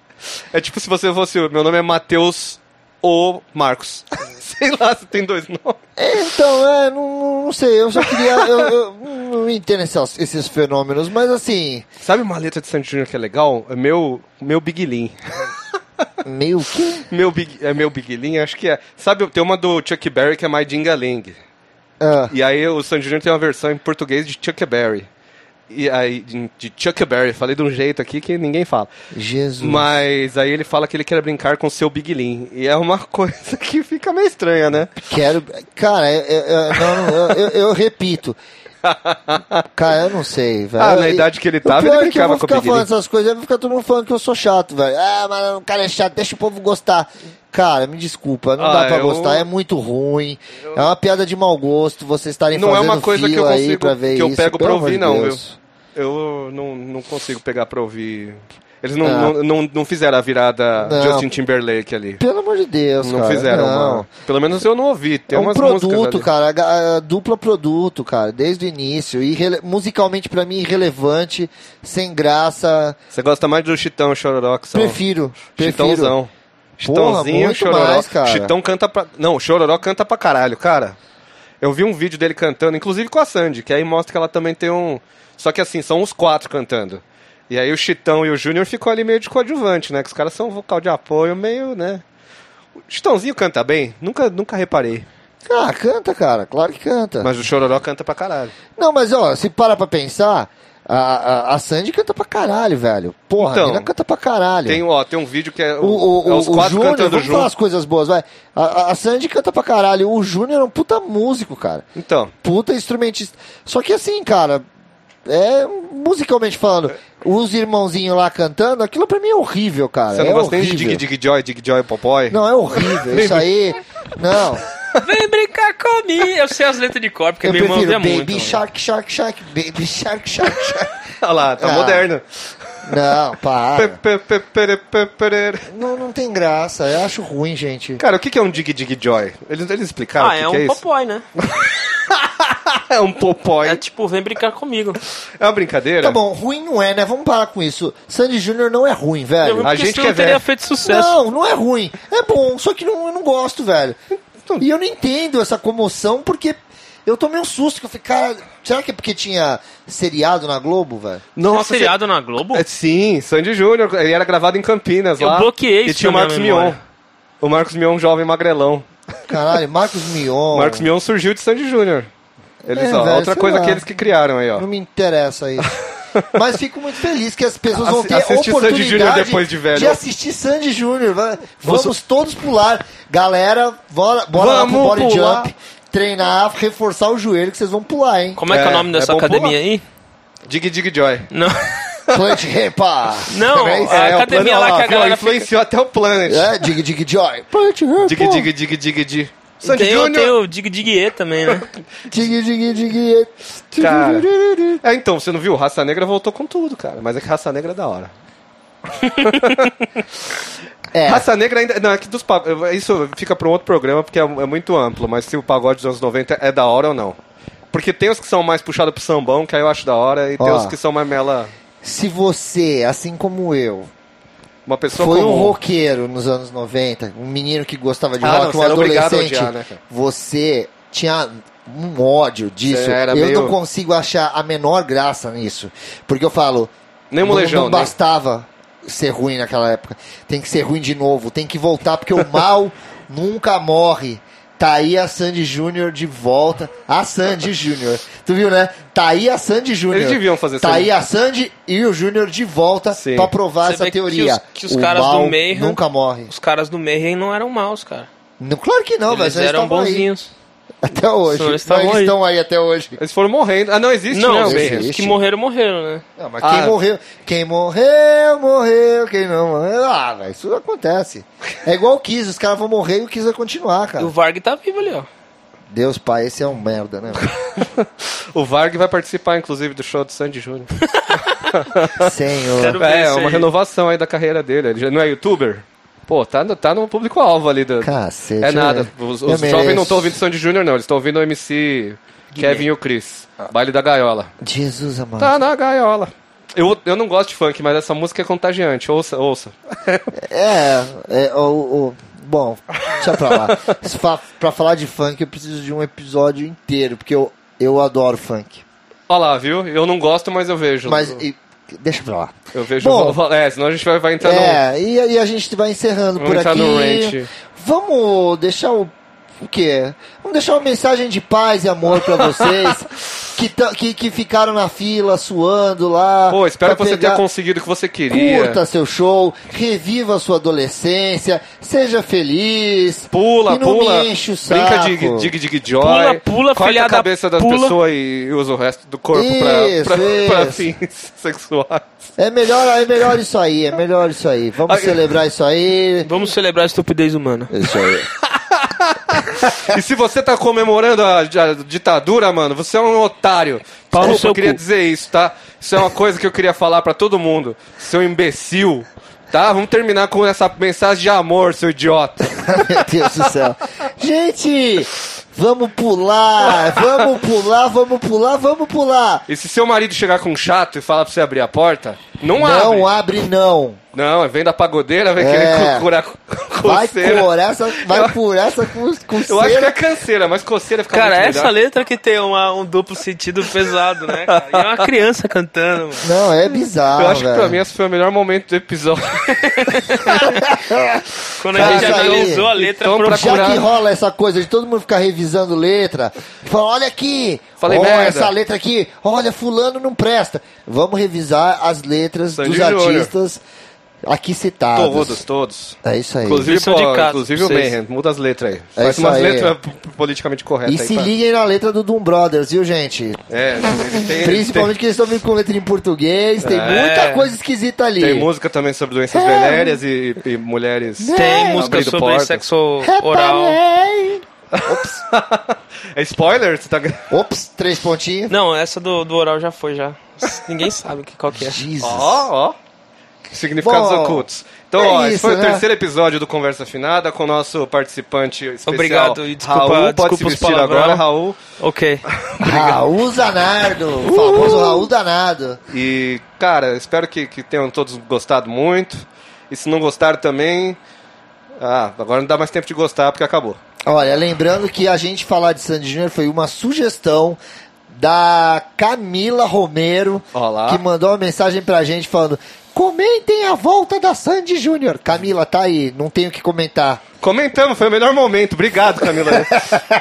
É tipo se você fosse. o Meu nome é Matheus ou Marcos. Sei lá se tem dois nomes. É, Então, é, não, não sei, eu só queria. eu, eu não entendo esses, esses fenômenos, mas assim. Sabe uma letra de Sandy Júnior que é legal? É meu. Meu Big Lean. Meio que. Meu Big, é meu Big Lean, acho que é. Sabe, tem uma do Chuck Berry que é My Dinga Ling. Ah. E aí o Sandy Júnior tem uma versão em português de Chuck Berry. E aí, de de Chuck Berry, falei de um jeito aqui que ninguém fala. Jesus. Mas aí ele fala que ele quer brincar com seu Big Lean. E é uma coisa que fica meio estranha, né? Quero. Cara, eu, eu- não, não, eu- eu- eu repito. Cara, eu não sei, velho. Ah, na Eu- idade que ele o tava, ele pior é que eu brincava vou com o ficar Big falando Lean. essas coisas, vai ficar todo mundo falando que eu sou chato, velho. Ah, mas o cara é chato, deixa o povo gostar. Cara, me desculpa, não Ah, dá pra eu- gostar, é muito ruim. É uma piada de mau gosto, vocês estarem Não é fazendo uma coisa que eu fila aí consigo- pra ver que eu isso, pego pra pelo amor ouvir, de não, Deus. Eu não, não consigo pegar pra ouvir. Eles não, Ah. não, não, não fizeram a virada Não. Justin Timberlake ali. Pelo amor de Deus, Não cara. fizeram não. uma. Pelo menos eu não ouvi. Tem é um umas músicas. produto, ali. cara, a- a dupla produto, cara, desde o início. Irrele... Musicalmente, pra mim, irrelevante, sem graça. Você gosta mais do Chitão Chororó que são. Prefiro, prefiro. Chitãozão. Chitãozinho, muito Chororó. mais, cara. Chitão canta pra... Não, o Chororó canta pra caralho, cara. Eu vi um vídeo dele cantando, inclusive com a Sandy, que aí mostra que ela também tem um... Só que assim, são os quatro cantando. E aí o Chitão e o Júnior ficam ali meio de coadjuvante, né? Que os caras são um vocal de apoio meio, né? O Chitãozinho canta bem? Nunca, nunca reparei. Ah, canta, cara, claro que canta. Mas o Chororó canta pra caralho. Não, mas ó, se para pra pensar, a, a, a Sandy canta pra caralho, velho. Porra, Então, a mina canta pra caralho. Tem, ó, tem um vídeo que é, É. o, o, é o, os o quatro Júnior, cantando vamos falar juntos. as coisas boas, vai. A, a- a Sandy canta pra caralho. O Júnior é um puta músico, cara. Então, Puta instrumentista. Só que assim, cara, é musicalmente falando, os irmãozinhos lá cantando, aquilo pra mim é horrível, cara. Você não é gosta nem de horrível. Dig Dig Joy, Dig Joy Popoy? Não, é horrível. Isso aí. Não. Vem brincar comigo! Eu sei as letras de cor, porque Eu meu irmão prefiro é ouvia Baby muito. né? Shark, Shark, Shark, Baby Shark, Shark, Shark. Olha lá, tá Ah. moderno. Não, para. Pe- pe- pe- pere- pe- pere. Não, não tem graça. Eu acho ruim, gente. Cara, o que que é um Dig Dig Joy? Eles, eles explicaram Ah, o que é que é um isso? popoy, né? É um Popoy. É tipo, vem brincar comigo. É uma brincadeira? Tá bom, ruim não é, né? Vamos parar com isso. Sandy Júnior não é ruim, Eu velho. porque gente senão que é não teria velho. feito sucesso. Não, não é ruim. É bom, só que não, eu não gosto, velho. Então- E eu não entendo essa comoção, porque eu tomei um susto. Que eu falei, cara, será que é porque tinha seriado na Globo, velho? Nossa, Nossa, é um seriado na Globo? É, sim, Sandy Júnior. Ele era gravado em Campinas Eu lá. bloqueei E isso tinha o na minha Marcos Mion. memória. O Marcos Mion, um jovem magrelão. Caralho, Marcos Mion. O Marcos Mion surgiu de Sandy Júnior. Eles, É, ó, velho, outra sei coisa lá. que eles que criaram aí, ó. Não me interessa isso. Mas fico muito feliz que as pessoas vão Assi- ter assiste Sandy oportunidade Júnior depois de velho. assistir Sandy Júnior. Va- Vamos todos pular. Galera, bora, bora lá pro Vamos body pular. jump, treinar, reforçar o joelho que vocês vão pular, hein? Como é, que é É, o nome é dessa bom academia pular. aí? Dig Dig Joy. Não. Plant Repa. Não, É isso? a o academia Planet- lá ó, que a viu? galera influenciou até o Planet. É, dig, dig, joy. Plant Repa. Dig Dig Dig Dig Dig. Sandy Tem, o- tem Júnior. o Dig Dig E também, né? Dig, dig, dig. Cara. É, então, você não viu? Raça Negra voltou com tudo, cara. Mas é que Raça Negra é da hora. É, Raça Negra ainda. Não, é que dos pa- Isso fica pra um outro programa porque é, é muito amplo, mas se o pagode dos anos 90 é da hora ou não. Porque tem os que são mais puxados pro sambão, que aí eu acho da hora, e tem Ó. os que são mais mela. se você, assim como eu, Uma pessoa Foi um comum. roqueiro nos anos 90, um menino que gostava de Ah, não, rock, você um era obrigado a adolescente. odiar, né, cara? Você tinha um ódio disso. Você era eu meio- não consigo achar a menor graça nisso. Porque eu falo, Nem não, molejão, não né? bastava ser ruim naquela época. Tem que ser ruim de novo, tem que voltar, porque o mal nunca morre. Tá aí a Sandy Júnior de volta. A Sandy Júnior. Tu viu, né? Tá aí a Sandy Júnior. Eles deviam fazer Tá Sandy. aí a Sandy e o Júnior de volta Sim. pra provar Você essa vê que teoria. os- que os caras do mal Mayhem- nunca morre. Os caras do Mayhem não eram maus, cara. Não, claro que não, velho. Eles Eles eram estão aí bonzinhos. até hoje. Eles Mas estavam Eles aí. estão aí até hoje. Eles foram morrendo. Ah, não, existe, não, né? o os- Mayhem? os existe. que morreram, morreram, né? Não, mas Ah. quem morreu, quem morreu, morreu, quem não morreu, ah, velho, isso acontece. É igual o Kiss, os caras vão morrer e o Kiss vai continuar, E cara. o Varg tá vivo ali, ó. Deus, pai, esse é um merda, né? velho? O Varg vai participar, inclusive, do show do Sandy Júnior. Senhor. Quero ver É, é isso uma aí. renovação aí da carreira dele. Ele já não é youtuber? Pô, tá no, tá no público-alvo ali do. Cacete. É nada. velho. Os, Eu os mereço. jovens não estão ouvindo Sandy Júnior, não. Eles estão ouvindo o MC Kevin e o Chris. Baile da gaiola. Jesus amado. Tá na gaiola. Eu, eu não gosto de funk, mas essa música é contagiante. Ouça, ouça. É, é o, o- bom, deixa pra lá. Se fa- pra falar de funk, eu preciso de um episódio inteiro, porque eu, eu adoro funk. Olha lá, viu? Eu não gosto, mas eu vejo. Mas, e- deixa pra lá. eu vejo. Bom. vo- vo- é, senão a gente vai, vai entrar no. É, e aí a gente vai encerrando Vamos por entrar aqui. no ranch. Vamos deixar o. O quê? Vamos deixar uma mensagem de paz e amor pra vocês que, tão- que, que ficaram na fila suando lá. Pô, espero que pra você tenha pegar- conseguido o que você queria. Curta seu show, reviva sua adolescência, seja feliz. Pula, e não pula. Me enche o saco. Brinca de dig dig joy. Pula, pula, corta a filhada, cabeça das pula. pessoas e usa o resto do corpo pra- Isso, pra, pra isso. fins sexuais. É melhor, é melhor isso aí, é melhor isso aí. Vamos Ai, celebrar isso aí. Vamos celebrar a estupidez humana. Isso aí. E se você tá comemorando a, a ditadura, mano, você é um otário. Pau no Desculpa, seu eu queria cu. dizer isso, tá? Isso é uma coisa que eu queria falar pra todo mundo. Seu imbecil. Tá? Vamos terminar com essa mensagem de amor, seu idiota. Meu Deus do céu. Gente, vamos pular, vamos pular, vamos pular, vamos pular. E se seu marido chegar com um chato e falar pra você abrir a porta, não, abre. Não abre, não. Não, vem da pagodeira, vem É. querer curar co Vai coceira. por essa, vai por essa com, com Eu acho que cera. é canseira, mas coceira fica Cara, muito essa melhor. letra que tem uma- um duplo sentido pesado, né? Cara? E é uma criança cantando, mano. Não, é bizarro, Eu acho que pra velho. mim é esse foi o melhor momento do episódio. Quando Cara, a gente isso aí. analisou a letra Então, pro- pra- Já que procurar. rola essa coisa de todo mundo ficar revisando letra, fala, olha aqui, Falei ó, merda. essa letra aqui, olha, fulano não presta. Vamos revisar as letras Sandy dos Júnior. artistas aqui citados. Todos, todos. É isso aí. Inclusive, Lição pô, de casa, inclusive o pra vocês. Mayhem, muda as letras aí. É Faz isso umas aí. letras p- p- politicamente corretas e aí. tá. se pra- liguem na letra do Doom Brothers, viu, gente? É, ele tem, Principalmente que eles estão vindo com letra em português, tem É. muita coisa esquisita ali. tem, tem música também sobre doenças É. venéreas e, e mulheres. Tem abrindo música sobre portas. sexo oral. Reparei. é spoiler? Você tá... gra- Ops, três pontinhos. Não, essa do, do oral já foi, já. Ninguém sabe que- qual que é. Jesus. Ó, ó. Significados Bom, ocultos. Então, é ó, esse isso, foi o né? terceiro episódio do Conversa Afinada com o nosso participante especial. Obrigado, e desculpa- Raul, pode desculpa se os vestir palavrão. agora, Raul. Ok. Raul Zanardo, o Uh! famoso Raul Danado. E, cara, espero que, que tenham todos gostado muito. E se não gostaram também. Ah, agora não dá mais tempo de gostar porque acabou. Olha, lembrando que a gente falar de Sandy Júnior foi uma sugestão da Camila Romero, Olá. que mandou uma mensagem pra gente falando: comentem a volta da Sandy Júnior. Camila, tá aí, não tenho o que comentar. Comentamos, foi o melhor momento. Obrigado, Camila.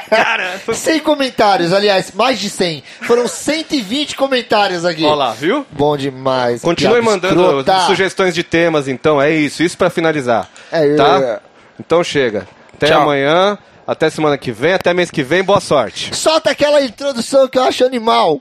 cara, foi. 100 comentários, aliás, mais de 100. Foram 120 comentários aqui. Olha lá, viu? Bom demais. Continue piada mandando escrota. sugestões de temas, então. É isso, isso pra finalizar. É, é. tá? Então chega. Até Tchau. amanhã, até semana que vem, até mês que vem. Boa sorte. Solta aquela introdução que eu acho animal.